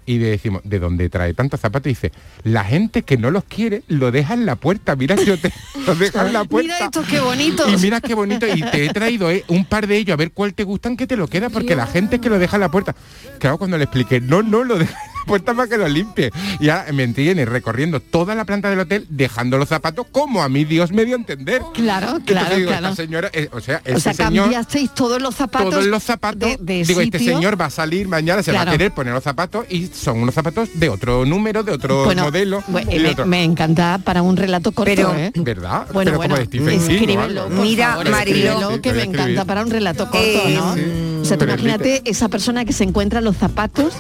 Y le decimos, ¿de dónde trae tantos zapatos? Y dice, la gente que no los quiere lo deja en la puerta. Mira, yo te los dejo en la puerta.
Mira estos qué bonitos.
Y mira qué bonito. Y te he traído eh, un par de ellos, a ver cuál te gustan, que te lo queda, porque la gente es que lo deja en la puerta. Claro, cuando le expliqué, no, no, lo deja en la puerta para que lo limpie. Y ahora me entiendes, recorriendo toda la planta del hotel, dejando los zapatos, como a mí Dios me dio a entender.
Claro,
Entonces
claro,
digo,
claro.
esta señora, eh, o sea,
o
este
sea,
señor,
cambiasteis todos los zapatos.
todos los zapatos,
de, de
digo, este
sitio.
señor va a salir mañana, se va
Claro.
a querer poner los zapatos y son unos zapatos de otro número, de otro
Bueno,
modelo.
bueno,
y de
me-
otro-
me, encanta para un relato corto,
Pero-
¿eh?
¿Verdad?
Bueno,
Pero como
bueno,
de Stephen King o
escríbelo,
algo.
por
Mira,
favor,
Mariló.
escríbelo, que
Voy
me
a escribir.
encanta para un relato corto,
Eh,
¿no? O sea, tú
Pero
imagínate esa persona que se encuentra los zapatos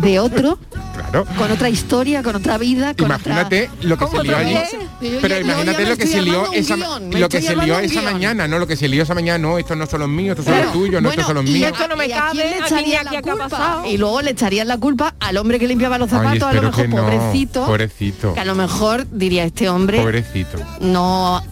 de otro,
Claro.
con otra historia, con otra vida, con
Imagínate lo que se lió allí.
Yo ya-
Pero
yo
imagínate
ya me
lo que
estoy
se lió
armando un
esa
guión, me
lo que
estoy
se lió
armando un
esa
guión.
mañana, no lo que se lió esa mañana, no, estos no son los míos, estos son los tuyos, no estos son los
y
míos.
esto no me
¿y a quién
cabe,
le
a mí
echarían
aquí
la
ha
culpa?
pasado.
Y luego le echarían la culpa al hombre que limpiaba los zapatos, a lo
espero
mejor
que no,
pobrecito,
pobrecito.
que a lo mejor diría este hombre
Pobrecito.
no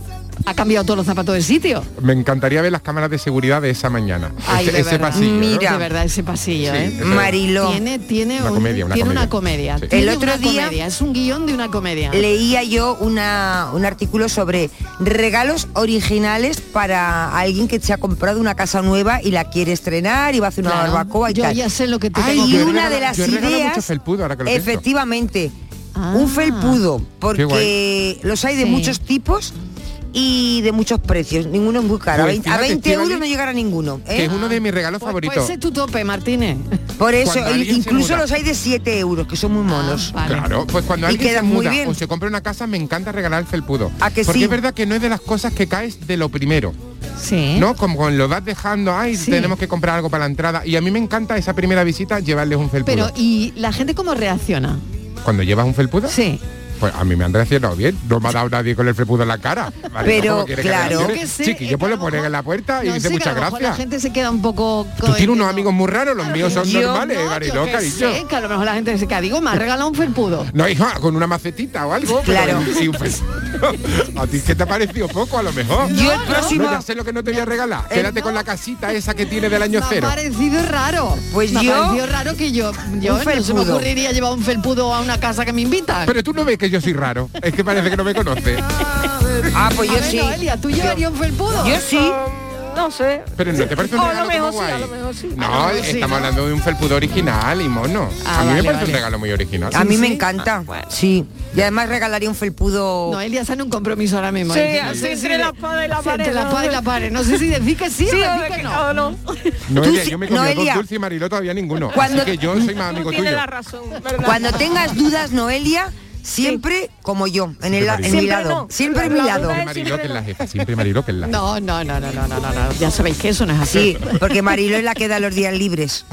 ha cambiado todos los zapatos de sitio.
Me encantaría ver las cámaras de seguridad de esa mañana.
Ay,
ese,
de
ese
verdad.
pasillo. ¿no?
de verdad ese pasillo,
Sí,
¿eh?
eso es. Mariló.
tiene tiene
Una
un-
comedia, una
tiene
comedia.
una comedia.
Sí.
Tiene
El otro
una
día-
comedia, es un guión de una comedia.
Leía yo una- un artículo sobre regalos originales para alguien que se ha comprado una casa nueva y la quiere estrenar y va a hacer una
Claro.
barbacoa y
Yo
tal.
ya sé lo que te tengo
Hay
que hacer.
una de las
Yo he regalado
ideas.
mucho felpudo, ahora que lo pienso.
efectivamente,
Ah.
un felpudo, porque los hay de
Sí.
muchos tipos y de muchos precios. Ninguno es muy caro. A
Pues
vein- a
fíjate,
20
Estivali,
euros no llegará ninguno. ¿eh?
Que es uno de mis regalos favoritos.
Pues ese es tu tope, Martínez.
Por eso,
Cuando
el-
alguien se
incluso
muda.
los hay de 7 euros, que son muy
Ah,
monos.
Claro, pues cuando
Y
alguien se
quedan muy
muda
bien.
o se compra una casa, me encanta regalar el felpudo.
¿A que
Porque
sí?
es verdad que no es de las cosas que caes de lo primero.
Sí.
¿No? Como con- lo vas dejando, ay, tenemos que comprar algo para la entrada. Y a mí me encanta esa primera visita llevarles un felpudo.
Pero, ¿y la gente cómo reacciona?
Cuando llevas un felpudo,
sí.
pues a mí me han reaccionado bien. No me ha dado nadie con el felpudo en la cara.
Pero,
¿cómo quieres que
claro.
reaccione?
Yo qué sé,
Chiqui, yo
es que a
puedo
lo
poner en la puerta y
No
dice
sé, que a
muchas
lo mejor
gracias.
La gente se queda un poco...
Tú tienes unos amigos muy raros, los míos son
Yo
normales,
no, yo
Mariló,
qué
cariño.
sé, que a lo mejor la gente se queda, digo, me ha regalado un felpudo.
No, hija, con una macetita o algo. pero
Claro.
sí, un pes- a ti que te ha parecido poco, a lo mejor.
Yo el No, no. próximo-
No, ya sé lo que no te voy a regalar.
Eh,
Quédate con la casita esa que tiene del año
me
cero.
ha parecido raro.
Pues
me
yo-
ha parecido raro que yo, yo
Un
no se me
felpudo.
ocurriría llevar un felpudo a una casa que me invitan.
Pero tú no ves que yo soy raro. Es que parece que no me conoces.
Ah, pues
A
yo
ver,
sí.
Noelia, ¿tú llevarías un felpudo?
Yo sí.
No sé.
Pero no te parece un
O a lo
regalo
mejor
como
sí,
guay.
a lo mejor sí.
No,
A lo mejor sí,
estamos
¿no?
hablando de un felpudo original y mono.
Ah,
a mí
vale,
me parece
vale.
un regalo muy original.
A mí me encanta.
Ah,
Sí. Y además regalaría un felpudo.
Noelia está en un compromiso ahora mismo.
Sí,
Dice,
así
sé
entre
si
la
de-
espada y la
sí,
pared,
Entre la
¿no?
espada y la pared. No sé si decir que sí o,
Sí, o
decir que no.
Noelia,
Tú
yo
sí-
me he comido
Noelia.
dos dulces y Mariló todavía ninguno.
Cuando-
Así que yo soy más amigo tuyo.
razón,
Cuando tengas dudas, Noelia, siempre como yo, en, el, en mi
Siempre
lado.
no.
Siempre en mi
Siempre
lado.
Mariló que es la jefa, siempre Mariló que es la jefa.
No, no, no, no, no, no, no, no. Ya sabéis que eso no es así.
Sí, porque Marilo es la que da los días libres.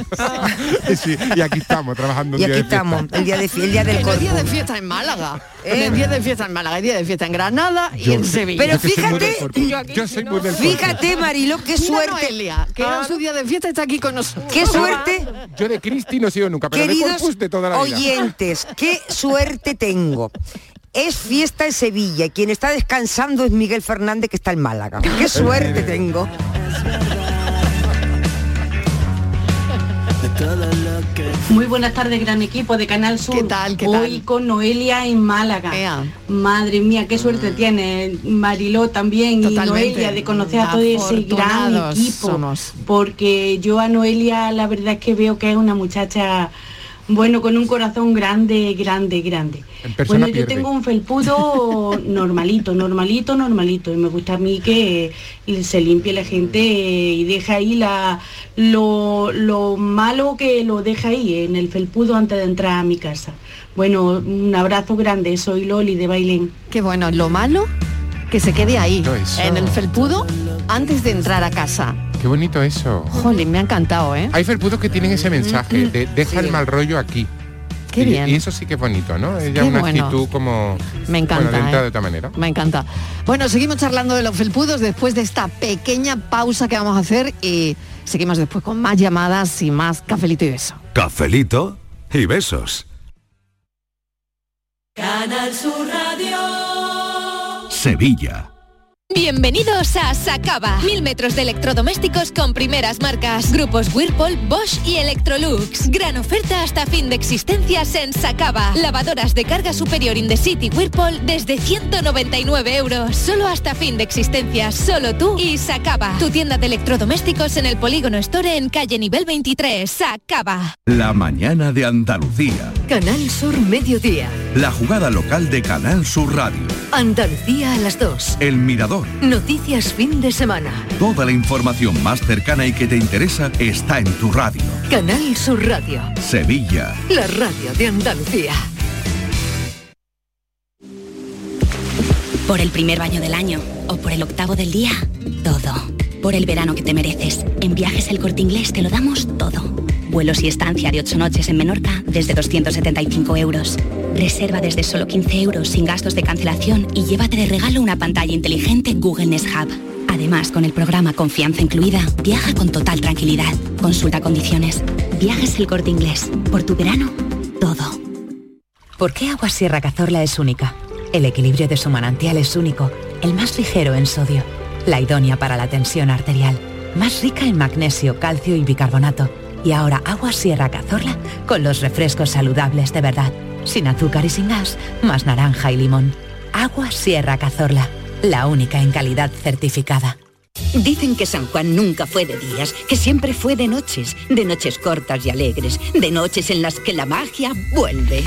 Sí, y aquí estamos trabajando un
Y
día
aquí
de fiesta.
estamos, el día de fie- el día del
Que no hay día de
cuerpo.
fiesta en Málaga. El día de fiesta en Málaga, hay día de fiesta en Granada y
Yo-
en Sevilla.
Pero Yo que soy muy fíjate- del
cuerpo. Yo aquí, Yo soy muy del cuerpo.
Fíjate, Marilo, qué
Mira
suerte. Ah.
Noelia, que era su día de fiesta está aquí con nosotros.
Qué suerte.
Yo de Cristi no he sido nunca, pero de
Queridos
Corpus de toda la vida.
oyentes, qué suerte tengo. Es fiesta en Sevilla y quien está descansando es Miguel Fernández que está en Málaga. Qué suerte tengo.
Muy buenas tardes, gran equipo de Canal Sur. ¿Qué tal? Hoy con Noelia en Málaga. Madre mía, qué suerte tiene eh, Mariló también y
Totalmente.
Noelia de conocer a todo ese gran
Afortunados
equipo.
somos.
Porque yo a Noelia la verdad es que veo que es una muchacha, bueno, con un corazón grande, grande, grande.
persona
Bueno, yo
pierde.
tengo un felpudo normalito, normalito, normalito. Y me gusta a mí que se limpie la gente y deja ahí la, lo, lo malo que lo deja ahí, en el felpudo antes de entrar a mi casa. Bueno, un abrazo grande. Soy Loli de Bailén.
Qué bueno, lo malo que se quede ahí, en el felpudo, antes de entrar a casa.
Qué bonito eso.
Jolín, me ha encantado, ¿eh?
Hay felpudos que tienen ese mensaje de deja el mal rollo aquí.
Qué
y,
bien.
y eso sí que es bonito, ¿no? Es ya
Qué
una
bueno.
actitud como
Me encanta,
bueno, orientada
¿eh?
de otra manera.
Me encanta. Bueno, seguimos charlando de los felpudos después de esta pequeña pausa que vamos a hacer y seguimos después con más llamadas y más cafelito y beso.
Cafelito y besos.
Canal Sur Radio.
Sevilla.
Bienvenidos a Sacaba. Mil metros de electrodomésticos con primeras marcas. Grupos Whirlpool, Bosch y Electrolux. Gran oferta hasta fin de existencias en Sacaba. Lavadoras de carga superior in the city Whirlpool desde 199 euros. Solo hasta fin de existencias. Solo tú y Sacaba. Tu tienda de electrodomésticos en el Polígono Store en calle nivel 23. Sacaba.
La mañana de Andalucía.
Canal Sur Mediodía.
La jugada local de Canal Sur Radio.
Andalucía a las 2.
El Mirador.
Noticias fin de semana.
Toda la información más cercana y que te interesa está en tu radio.
Canal Sur Radio.
Sevilla.
La radio de Andalucía.
Por el primer baño del año o por el octavo del día, todo. Por el verano que te mereces, en Viajes El Corte Inglés te lo damos todo. Vuelos y estancia de 8 noches en Menorca desde 275 euros. Reserva desde solo 15 euros sin gastos de cancelación y llévate de regalo una pantalla inteligente Google Nest Hub. Además, con el programa Confianza Incluida, viaja con total tranquilidad. Consulta condiciones. Viajes El Corte Inglés. Por tu verano, todo.
¿Por qué Agua Sierra Cazorla es única? El equilibrio de su manantial es único, el más ligero en sodio, la idónea para la tensión arterial, más rica en magnesio, calcio y bicarbonato. Y ahora Agua Sierra Cazorla con los refrescos saludables de verdad, sin azúcar y sin gas, más naranja y limón. Agua Sierra Cazorla, la única en calidad certificada.
Dicen que San Juan nunca fue de días, que siempre fue de noches, de noches cortas y alegres, de noches en las que la magia vuelve.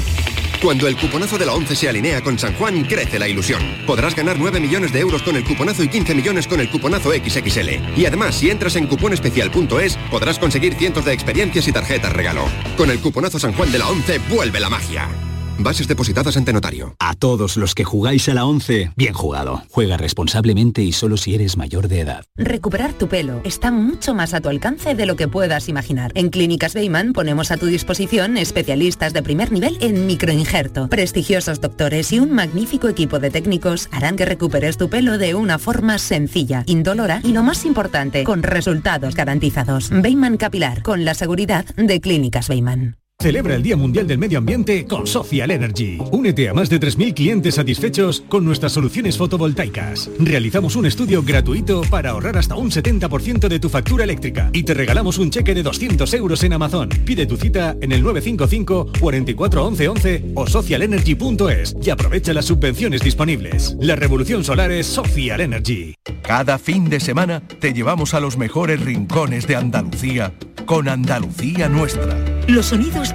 Cuando el cuponazo de la 11 se alinea con San Juan, crece la ilusión. Podrás ganar 9 millones de euros con el cuponazo y 15 millones con el cuponazo XXL. Y además, si entras en cuponespecial.es, podrás conseguir cientos de experiencias y tarjetas regalo. Con el cuponazo San Juan de la 11, vuelve la magia.
Bases depositadas ante notario.
A todos los que jugáis a la 11, bien jugado. Juega responsablemente y solo si eres mayor de edad.
Recuperar tu pelo está mucho más a tu alcance de lo que puedas imaginar. En Clínicas Beyman ponemos a tu disposición especialistas de primer nivel en microinjerto. Prestigiosos doctores y un magnífico equipo de técnicos harán que recuperes tu pelo de una forma sencilla, indolora y lo más importante, con resultados garantizados. Beyman Capilar, con la seguridad de Clínicas Beyman.
Celebra el Día Mundial del Medio Ambiente con Social Energy. Únete a más de 3.000 clientes satisfechos con nuestras soluciones fotovoltaicas. Realizamos un estudio gratuito para ahorrar hasta un 70% de tu factura eléctrica y te regalamos un cheque de 200 euros en Amazon. Pide tu cita en el 955 44 11 11 o socialenergy.es y aprovecha las subvenciones disponibles. La revolución solar es Social Energy.
Cada fin de semana te llevamos a los mejores rincones de Andalucía con Andalucía Nuestra.
Los sonidos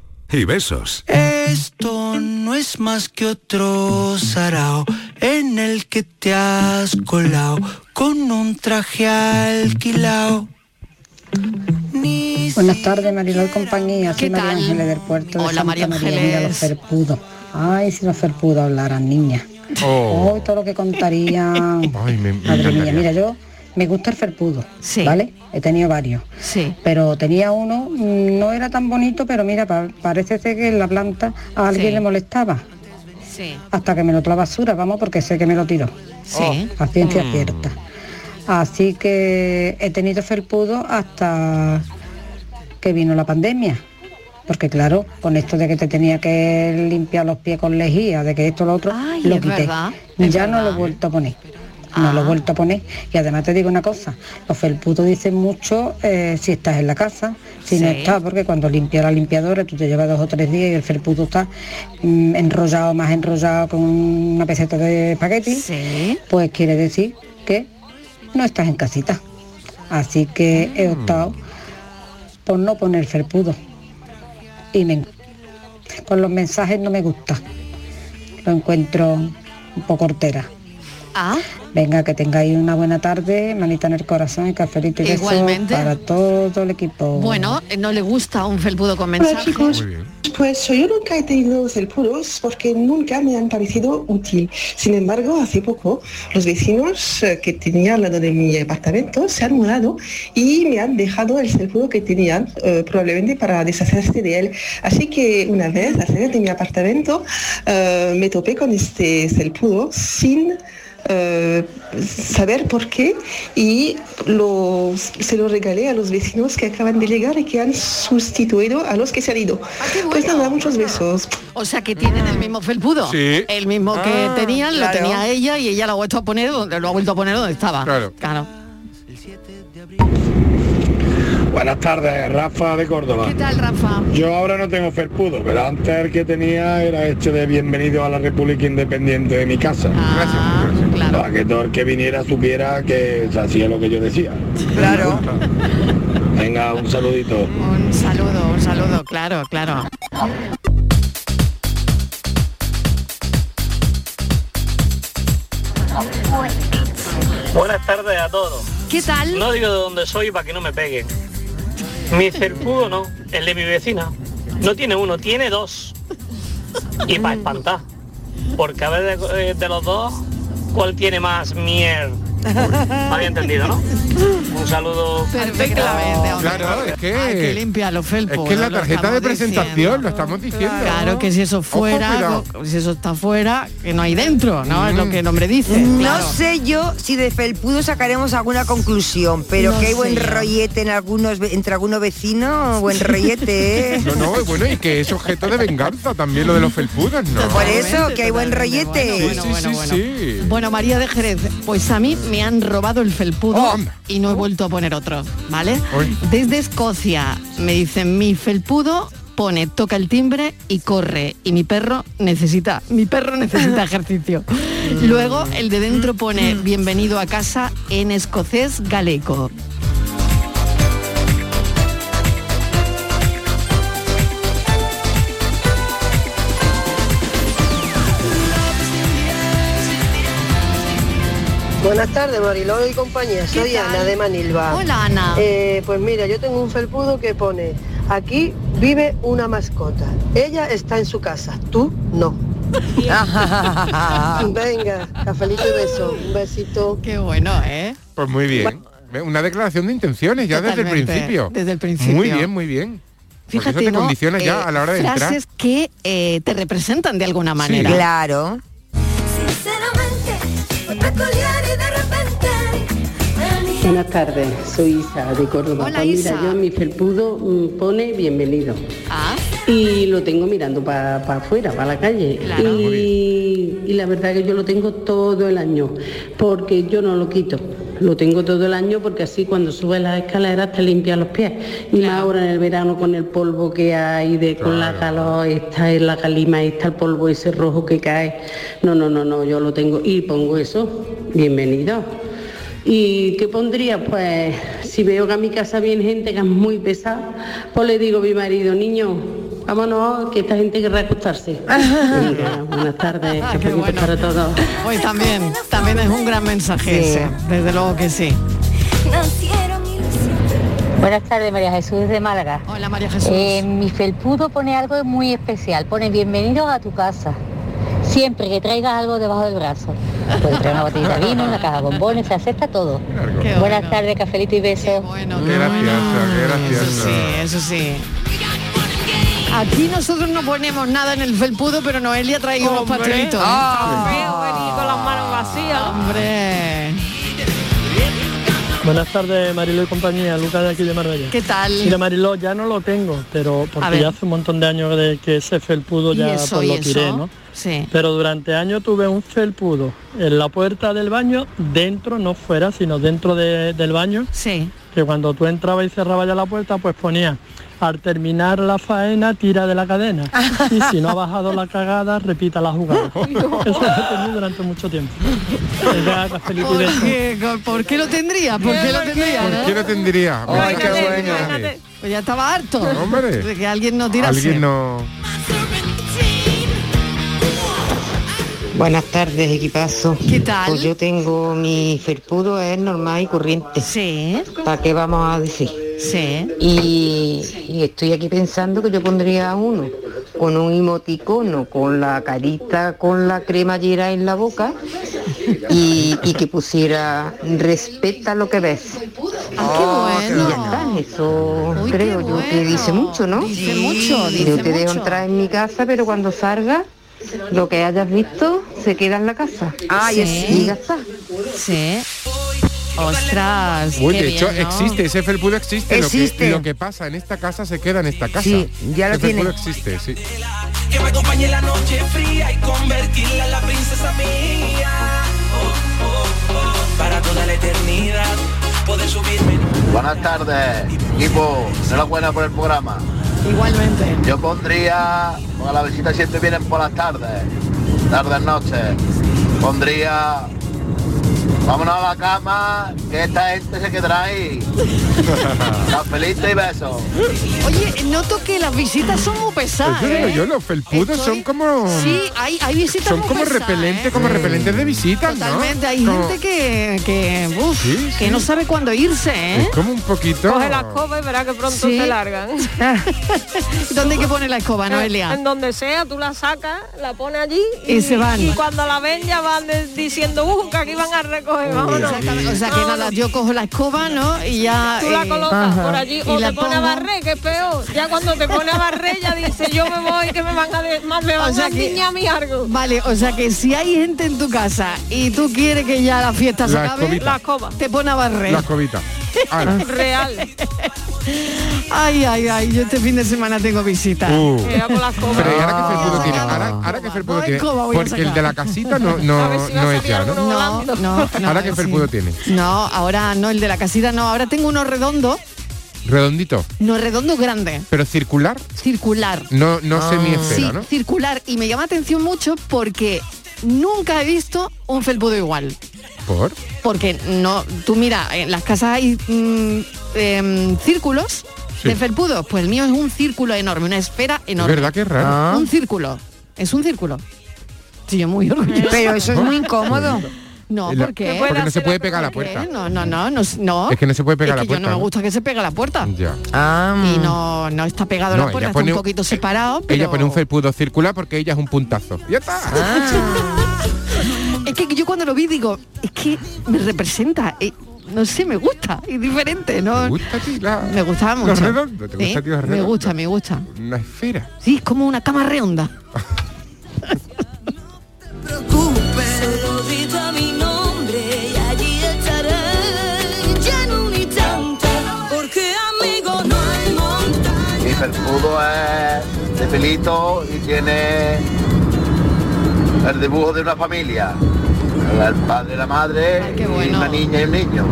y besos.
Esto no es más que otro sarao en el que te has colado con un traje alquilao.
Buenas tardes, Mariló y compañía. Soy María Ángeles del Puerto de
Hola,
Santa
María
Mira los
Ángeles.
felpudos. Ay, si los felpudos hablaran, niña.
Oh.
Ay, todo lo que contarían.
Ay, me- me
Madre mía,
encantaría.
mira, yo me gusta el felpudo, ¿vale? He tenido varios.
Sí.
Pero tenía uno, mm, no era tan bonito, pero mira, pa- parece ser que en la planta a alguien
Sí.
le molestaba.
Sí.
Hasta que me lo tiró a la basura, vamos, porque sé que me lo tiró. Oh,
Sí.
A ciencia
Mm.
cierta. Así que he tenido felpudo hasta que vino la pandemia. Porque claro, con esto de que te tenía que limpiar los pies con lejía, de que esto lo otro, lo
es
quité.
verdad, es
ya no lo he vuelto a poner. No lo he vuelto a poner. Y además te digo una cosa, los felpudos dicen mucho eh, si estás en la casa, si no
Sí.
estás, porque cuando limpia la limpiadora tú te llevas dos o tres días y el felpudo está mm, enrollado, más enrollado con una peseta de espagueti, pues quiere decir que no estás en casita. Así que he optado por no poner felpudo. Y me en- con los mensajes no me gusta. Lo encuentro un poco hortera.
Ah.
Venga, que tengáis una buena tarde, manita en el corazón y cafelito y besos
Igualmente.
para todo el equipo.
Bueno, eh, no le gusta un felpudo con mensaje.
Pues yo nunca he tenido felpudos porque nunca me han parecido útil. Sin embargo, hace poco los vecinos eh, que tenían al lado de mi apartamento se han mudado y me han dejado el felpudo que tenían, eh, probablemente para deshacerse de él. Así que una vez, al salir de mi apartamento, eh, me topé con este felpudo sin eh, saber por qué y lo- se lo regalé a los vecinos que acaban de llegar y que han sustituido a los que se han ido. Pues nada, muchos besos.
O sea que tienen el mismo felpudo.
Sí.
El mismo que
Ah,
tenían, lo
claro.
tenía ella y ella lo ha vuelto a poner donde lo ha vuelto a poner donde estaba. Claro.
Buenas tardes, Rafa de Córdoba.
¿Qué tal, Rafa?
Yo ahora no tengo felpudo, pero antes el que tenía era este de bienvenido a la República Independiente de mi casa.
Ah,
Para que todo el que viniera supiera que se hacía lo que yo decía. Claro. Venga, un saludito.
Un saludo, un saludo, claro, claro.
Buenas tardes a todos.
¿Qué tal?
No digo de dónde soy para que no me peguen. Mi felpudo no, el de mi vecina. No tiene uno, tiene dos. Y para espantar. Porque a ver de, eh, de los dos, ¿cuál tiene más mierda? Había entendido, ¿no? Un saludo.
Perfectamente.
Claro, es que...
Hay que limpiar los felpudos.
es que en la
lo
tarjeta de
estamos
presentación
diciendo.
lo estamos diciendo.
Claro que si eso fuera,
cuidado. Mm.
co- si eso está fuera, que no hay dentro, ¿no? Es lo que el hombre dice. claro.
No sé yo si de felpudo sacaremos alguna conclusión, pero
No
que hay buen
sé yo.
rollete en algunos, ve- entre algunos vecinos, buen rollete, ¿eh?
No, no, y bueno, y que es objeto de venganza también lo de los felpudos, ¿no?
Por eso, que hay buen rollete.
Sí, sí, sí.
Bueno, María de Jerez, pues a mí me han robado el felpudo y no he vuelto a poner otro, ¿vale?
Uy.
Desde Escocia me dicen mi felpudo pone, toca el timbre y corre. Y mi perro necesita, mi perro necesita ejercicio. Luego el de dentro pone bienvenido a casa en escocés galeco.
Buenas tardes, Mariló y compañía. Soy
tal?
Ana de Manilva.
Hola, Ana.
Eh, pues mira, yo tengo un felpudo que pone, aquí vive una mascota. Ella está en su casa, tú no. Venga, cafelito y beso. Un besito.
Qué bueno, ¿eh?
Pues muy bien. Una declaración de intenciones ya desde el
Totalmente,
principio.
desde el principio.
Muy bien, muy bien. Porque
Fíjate,
eso te
¿no?
condiciona ya
Eh,
a la hora de
frases
entrar.
que eh, te representan de alguna manera.
Claro.
Buenas tardes, soy Isa de Córdoba.
Hola,
Pues mira,
Isa. Ah.
yo a mi felpudo mm, pone bienvenido. Y lo tengo mirando para afuera, para la calle.
Claro.
Y, y la verdad que yo lo tengo todo el año, porque yo no lo quito. Lo tengo todo el año porque así cuando subes las escaleras te limpia los pies. Y más ahora en el verano con el polvo que hay, de, con la calor, está en la calima, está el polvo ese rojo que cae. No, no, no, no, yo lo tengo. Y pongo eso, bienvenido. ¿Y qué pondría? Pues si veo que a mi casa viene gente que es muy pesada, pues le digo a mi marido, niño, vámonos, que esta gente querrá acostarse. Venga, buenas tardes, cafelito para todos.
Hoy también, también es un gran mensaje
Sí.
ese, desde luego que sí.
Buenas tardes, María Jesús de Málaga. Eh,
Hola, María Jesús.
mi felpudo pone algo muy especial, pone bienvenidos a tu casa. Siempre que traigas algo debajo del brazo. Pues, Puedes traer una botella de vino, una caja de bombones, se acepta todo. Buenas tardes, cafelito y besos.
Qué gracioso, qué gracioso.
Eso sí. Aquí nosotros no ponemos nada en el felpudo, pero Noelia ha traído unos ¿eh?
Hombre.
pastelitos.
Ah. Veo venir con las manos vacías.
Hombre.
Buenas tardes, Mariló y compañía, Lucas de aquí de Marbella.
¿Qué tal?
Mira, Mariló, ya no lo tengo, pero
A
porque
ver.
ya hace un montón de años de que ese felpudo
Y
ya
eso,
pues,
y
lo
eso.
tiré, ¿no?
Sí.
Pero durante años tuve un felpudo en la puerta del baño, dentro, no fuera, sino dentro de- del baño.
Sí.
Que cuando tú entrabas y cerrabas ya la puerta, pues ponía, al terminar la faena, tira de la cadena. Y si no ha bajado la cagada, repita la jugada. Eso lo he tenido durante mucho tiempo. Venga, cafelito y
¿Por
besos.
qué, Eh, ¿Por qué lo tendría? ¿Por qué lo tendría?
¿Por
no?
qué
¿Qué lo tendría?
Ay,
Mira,
qué
qué
bueno.
buena.
Pues ya estaba harto.
Hombre.
De que alguien no tirase.
Alguien no...
Buenas tardes, equipazo.
¿Qué tal?
Pues yo tengo mi felpudo, es normal y corriente.
Sí.
¿Para qué vamos a decir?
Sí.
Y, y estoy aquí pensando que yo pondría uno con un emoticono, con la carita, con la cremallera en la boca y, y que pusiera respeta lo que ves.
Ah,
qué bueno. Eso creo yo que dice mucho, ¿no?
Dice mucho, dice
Yo te dejo
mucho.
entrar en mi casa, pero cuando salgas, lo que hayas visto se queda en la casa.
Ay,
Sí.
sí.
Y ya está.
Ah, Sí. Ostras.
Uy,
qué
de hecho,
bien, ¿no?
existe, ese felpudo existe. lo que-
Existe.
Lo que, pasa en esta casa se queda en esta casa.
Sí, ya lo
Ese felpudo
tiene.
existe, sí.
Que me acompañe la noche fría y convertirla en la princesa mía. Oh, oh, oh, Para toda la eternidad, poder subirme.
Buenas tardes, equipo. Enhorabuena por el programa.
Igualmente.
Yo pondría, porque las visitas siempre vienen por las tardes, tardes, noches. Pondría, vámonos a la cama, que esta gente se quedará ahí. Cafelito y besos.
Oye, noto que las visitas son muy pesadas.
Eso digo
¿eh?
yo, los felpudos son como...
Sí, hay, hay visitas
Son
muy
como
pesadas,
repelentes,
¿eh?
como repelentes de visitas, ¿no?
Totalmente, hay
Como-
gente que, que, uf,
Sí,
que
sí.
no sabe cuándo irse, ¿eh?
Es como un poquito...
Coge la escoba y verá que pronto
Sí.
se largan. Eh,
¿Dónde hay que poner la escoba,
En,
Noelia?
donde sea, tú la sacas, la pones allí
Y se van.
Y cuando la ven ya van de- diciendo, uh, que aquí van a recoger, vámonos.
O sea, que nada, yo cojo la escoba, ¿no? Y ya...
Tú la
eh,
colocas por allí o
y la
te pone a
pongo.
barrer, que es peor. Ya cuando te pone a barrer ya dice, yo me voy, que me van a de, más me van
O sea
a
que-
endiñar a mí algo.
Vale, o sea que si hay gente en tu casa y tú quieres que ya la fiesta se
La
acabe,
escobita. La
te pone a barrer.
La escobita. Ah, Ala.
Real.
Ay, ay, ay, yo este fin de semana tengo visita.
Uh.
Mira, con la escoba.
Pero ¿y ahora que felpudo tiene, ahora, ahora que felpudo
Ah. Ay,
tiene,
¿cómo voy a
porque el
sacar?
de la casita no,
A
no,
ver si va a
no
salir
es ya, ¿no?
alguno volando. No, no,
ahora que
sí.
felpudo tiene,
No, ahora no, el de la casita no, ahora tengo uno redondo,
redondito,
no redondo grande,
pero circular,
circular.
no, no semiesfera,
Sí,
¿no?
circular. Y me llama atención mucho porque nunca he visto un felpudo igual.
¿Por?
Porque no, tú mira, en las casas hay mm, em, círculos
Sí.
de felpudos. Pues el mío es un círculo enorme, una esfera enorme.
verdad que es raro. Ah.
Un círculo. Es un círculo. Sí, yo muy orgulloso.
Pero eso es muy incómodo.
No,
La-
¿por qué?
Porque no se puede pegar a la
¿Por qué?
puerta.
No, no, no, no, no.
Es que no se puede pegar
Es
a la
que
puerta,
Yo no me
¿no?
gusta que se pegue a la puerta.
Ya.
Y no, no está pegado a
Ah. No,
la puerta,
ella
está
pone
un
un- eh,
poquito separado, pero
Ella pone un felpudo circular porque ella es un puntazo. Ya está.
Ah. es que yo cuando lo vi digo, es que me representa, eh, no sé, me gusta, es diferente, ¿no? Me
gusta
Me gustaba
lo
mucho.
redondo, ¿te gusta a ti lo
Me
redondo?
gusta, me gusta.
Una esfera.
Sí, es como una cama redonda.
Solo grita mi nombre y allí estaré ya en un instante, porque amigo no hay montaña.
Y felpudo es de pelito y tiene el dibujo de una familia. El padre, la madre, y una niña y un niño.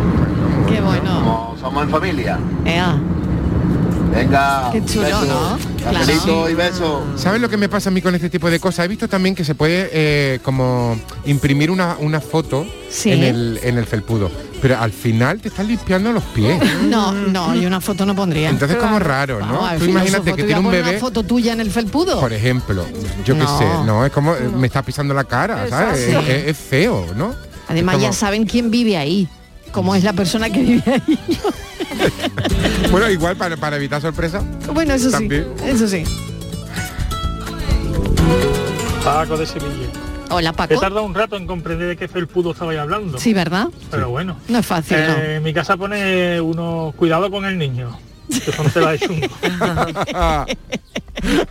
Qué bueno.
Como somos en familia.
Ea.
Venga,
Qué chulo,
besos.
¿no? Claro.
Cafelito y besos.
¿Sabes lo que me pasa a mí con este tipo de cosas? He visto también que se puede eh, como imprimir una, una foto
Sí.
en, el, en el felpudo, pero al final te estás limpiando los pies.
No, no, yo una foto no pondría.
Mm. Entonces como raro, ¿no?
Vamos a ver,
Tú
filósofo,
imagínate que
¿tú
tiene
ibas
un
a poner una
bebé,
foto tuya en el felpudo?
por ejemplo, yo qué
No.
sé, no, es como eh, me está pisando la cara, ¿sabes? Es,
Exacto.
es- es feo, ¿no?
Además
Es como-
ya saben quién vive ahí, cómo es la persona que vive ahí.
Bueno, igual para, para evitar sorpresa.
Bueno, eso
También.
sí, eso sí.
Paco de Sevilla.
Hola,
He
Paco.
tardado un rato en comprender de qué felpudo estabais hablando.
Sí, ¿verdad?
Pero bueno.
No es fácil,
Eh,
¿no?
En mi casa pone uno cuidado con el niño. Que son telas de chungo.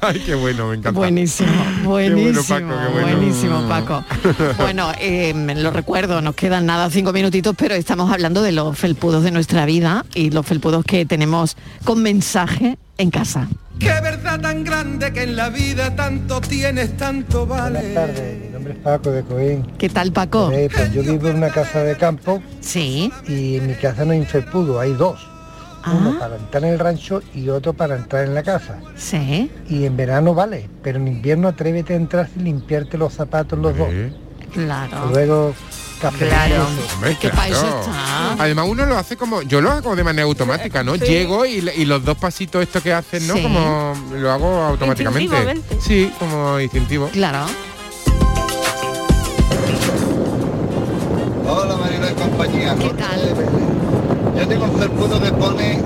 Ay, qué bueno, me encanta.
Buenísimo,
bueno,
buenísimo,
Paco, qué bueno.
buenísimo, Paco. Bueno, eh, lo recuerdo, nos quedan nada cinco minutitos, pero estamos hablando de los felpudos de nuestra vida y los felpudos que tenemos con mensaje en casa.
Qué verdad tan grande que en la vida tanto tienes, tanto vale. Buenas tardes, mi nombre es Paco de Coín.
¿Qué tal, Paco?
Eh, pues yo vivo en una casa de campo.
Sí. Ah.
Y en mi casa no hay un felpudo, hay dos. Uno para entrar en el rancho y otro para entrar en la casa.
Sí.
Y en verano vale, pero en invierno atrévete a entrar sin limpiarte los zapatos los dos.
Claro.
Luego, café.
Hombre, claro. Además uno lo hace como, yo lo hago de manera automática, ¿no?
Sí.
Llego y, le- y los dos pasitos estos que hacen, ¿no?
Sí.
Como lo hago automáticamente.
Instintivamente.
Sí, como instintivo.
Claro.
Hola Marilo y compañía. ¿Qué
tal?
Yo tengo un felpudo que pone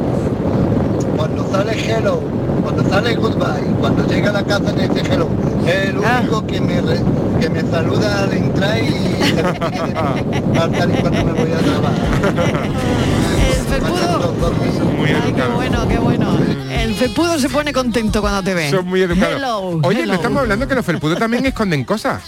cuando sale hello, cuando sale goodbye, cuando llega a la casa me dice hello. Es el único que, me re- que me saluda al entrar y se despide al salir cuando me voy a trabajar.
El felpudo. Ay, qué bueno, qué bueno. El felpudo se pone contento cuando te ve.
Son muy educados.
Hello,
Oye,
hello.
no estamos hablando que los felpudos también esconden cosas.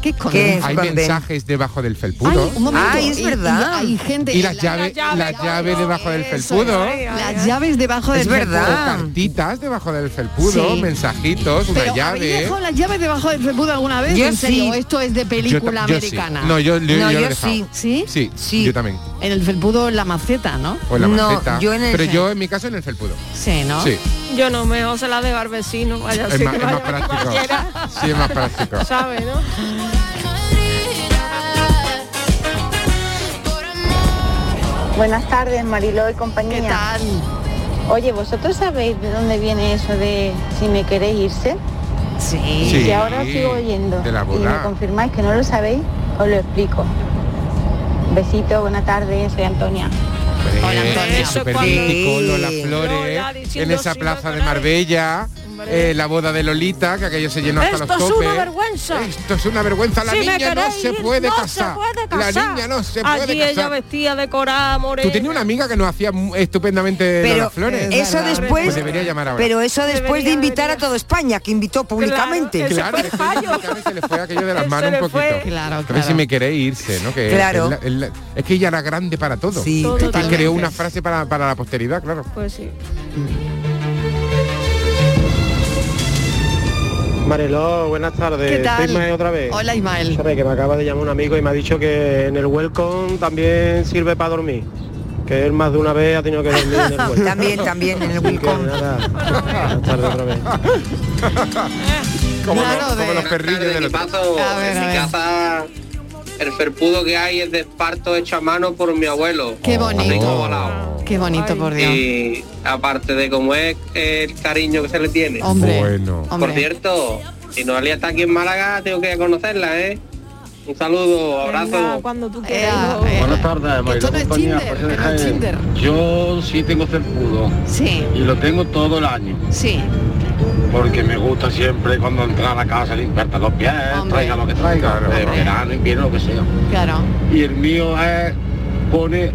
¿Qué esconden?
Hay
esconden?
mensajes debajo del felpudo.
Ay, un momento.
es
Y- y
verdad.
hay gente.
Y las llaves, las llaves debajo del felpudo.
Las llaves debajo
Ah,
del
Es verdad.
felpudo.
Cartitas debajo del felpudo,
Sí.
mensajitos, una
Pero, ah,
llave. ¿eh?
¿habéis dejado las llaves debajo del felpudo alguna vez?
Yo
en serio,
sí.
esto es de película
Yo ta- yo sí.
americana.
No, yo- yo- No, yo lo he yo dejado. sí.
sí.
Sí, yo también.
En el felpudo la maceta, ¿no?
O en la maceta. Pero yo en mi caso en el felpudo.
Sí, ¿no?
Sí.
Yo no, mejor se la de al vecino, vaya
Es
así
más-
que
es más
vaya a
práctico.
cualquiera.
Sí, es más práctico.
¿Sabe, no?
Buenas tardes, Mariló y compañía. Oye, ¿vosotros sabéis de dónde viene eso de si me queréis irse? Sí.
Sí,
Que ahora os sigo oyendo.
de la
y
boda.
me confirmáis que no lo sabéis, os lo explico. Besito, buenas tardes, soy Antonia.
Hola, Antonio. Lola Flores, en
diciendo
esa
sí,
plaza de Marbella, eh, la boda de Lolita, que aquello se llenó hasta
Esto es
los topes.
una vergüenza.
Esto es una vergüenza, la
Si me
niña no
queréis
se
ir,
puede
no se
casar.
puede
La
casar.
niña no se
Allí
puede
ella
casar.
vestía de corada,
Tú
morena.
tenías una amiga que nos hacía mu- estupendamente
Pero
Lola Flores.
eso Es verdad. después-
Pues debería llamar ahora.
Pero eso después de invitar a toda España, que invitó públicamente.
ese Claro, fue el se le fue aquello de las manos un poquito.
Claro,
A ver si me queréis irse, ¿no? Que es-
Claro.
es, la- es la- es que ella era grande para todo.
Sí,
Esta
totalmente.
creó una frase para, para la posteridad, claro.
Pues sí.
Mariló, buenas tardes.
¿Qué tal?
Soy Eh, Ismael otra vez.
Hola, Ismael.
Sabe que me acaba de llamar un amigo y me ha dicho que en el welcome también sirve para dormir. Que él más de una vez ha tenido que dormir en el welcome.
También, también, en el
welcome. Buenas tardes otra vez.
Como,
Claro,
los, como
de-
los perrillos del hotel.
en mi casa el felpudo que hay es de esparto hecho a mano por mi abuelo.
Qué bonito.
Rico volado.
Qué bonito, por Dios.
Y aparte de cómo es el cariño que se le tiene.
Hombre,
Por cierto, si Noelia está aquí en Málaga, tengo que conocerla, ¿eh? Un saludo, abrazo.
cuando
Eh,
tú
quieras.
Buenas tardes, Mariló
pues,
pues, eh,
esto no es
compañía,
pues,
Tinder,
José de
que no es
Jaén.
Tinder.
Yo sí tengo felpudo
Sí,
y lo tengo todo el año.
sí.
Porque me gusta siempre cuando entra a la casa limpiarte los pies, traiga lo que traiga, de verano, invierno, lo que sea.
Claro.
Y el mío es, pone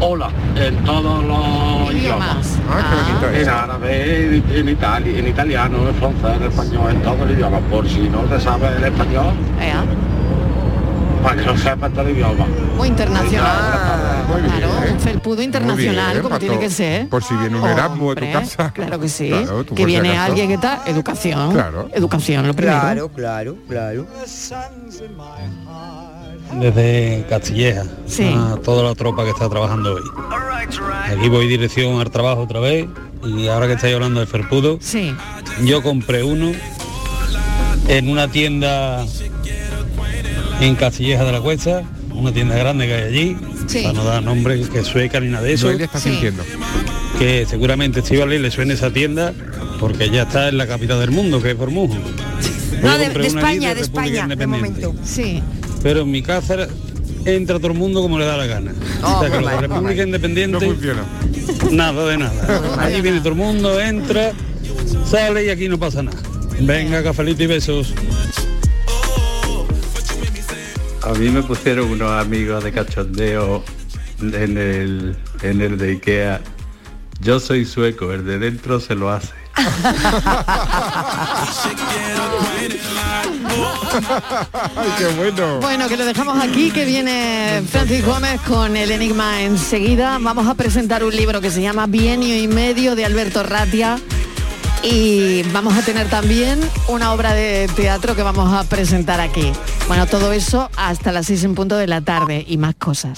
hola en todos los idiomas.
Ah,
Ah. En árabe, en, en itali- en italiano, en francés, en español, en todos los idiomas. Por si no te sabes el español,
Ea,
para que lo sepas todo el idioma.
Muy
Ah,
internacional. Ah, claro, un felpudo internacional,
¿eh? bien,
como
Pato.
tiene que ser.
¿eh? Por si viene un Erasmus a tu casa.
Claro que sí.
Claro, tú
que
por si
viene
acaso.
alguien que tal, educación.
Claro.
Educación, lo primero.
Claro, claro, claro.
Desde Castilleja
Sí.
a toda la tropa que está trabajando hoy. Aquí voy dirección al trabajo otra vez y ahora que estáis hablando de Ferpudo, yo compré uno en una tienda en Castilleja de la Cuesta, una tienda grande que hay allí,
Sí.
para no dar nombre que sueca ni nada de eso.
Noelia está Sí. sintiendo.
Que seguramente Estivali le suene esa tienda porque ya está en la capital del mundo, que es Formujo. Yo
No, de,
compré
de
una allí
España, de
República
España, de
Independiente
momento.
Sí.
pero en mi casa entra todo el mundo como le da la gana. o sea, que la República Independiente no funciona. Nada de nada. Ahí viene todo el mundo, entra, sale y aquí no pasa nada. Venga, cafelito y besos.
A mí me pusieron unos amigos de cachondeo en el, en el de Ikea. Yo soy sueco, el de dentro se lo hace.
qué bueno.
Bueno, que lo dejamos aquí, que viene Francis Gómez con el enigma enseguida. Vamos a presentar un libro que se llama Bienio y Medio de Alberto Ratia. Y vamos a tener también una obra de teatro que vamos a presentar aquí. Bueno, todo eso hasta las seis en punto de la tarde y más cosas.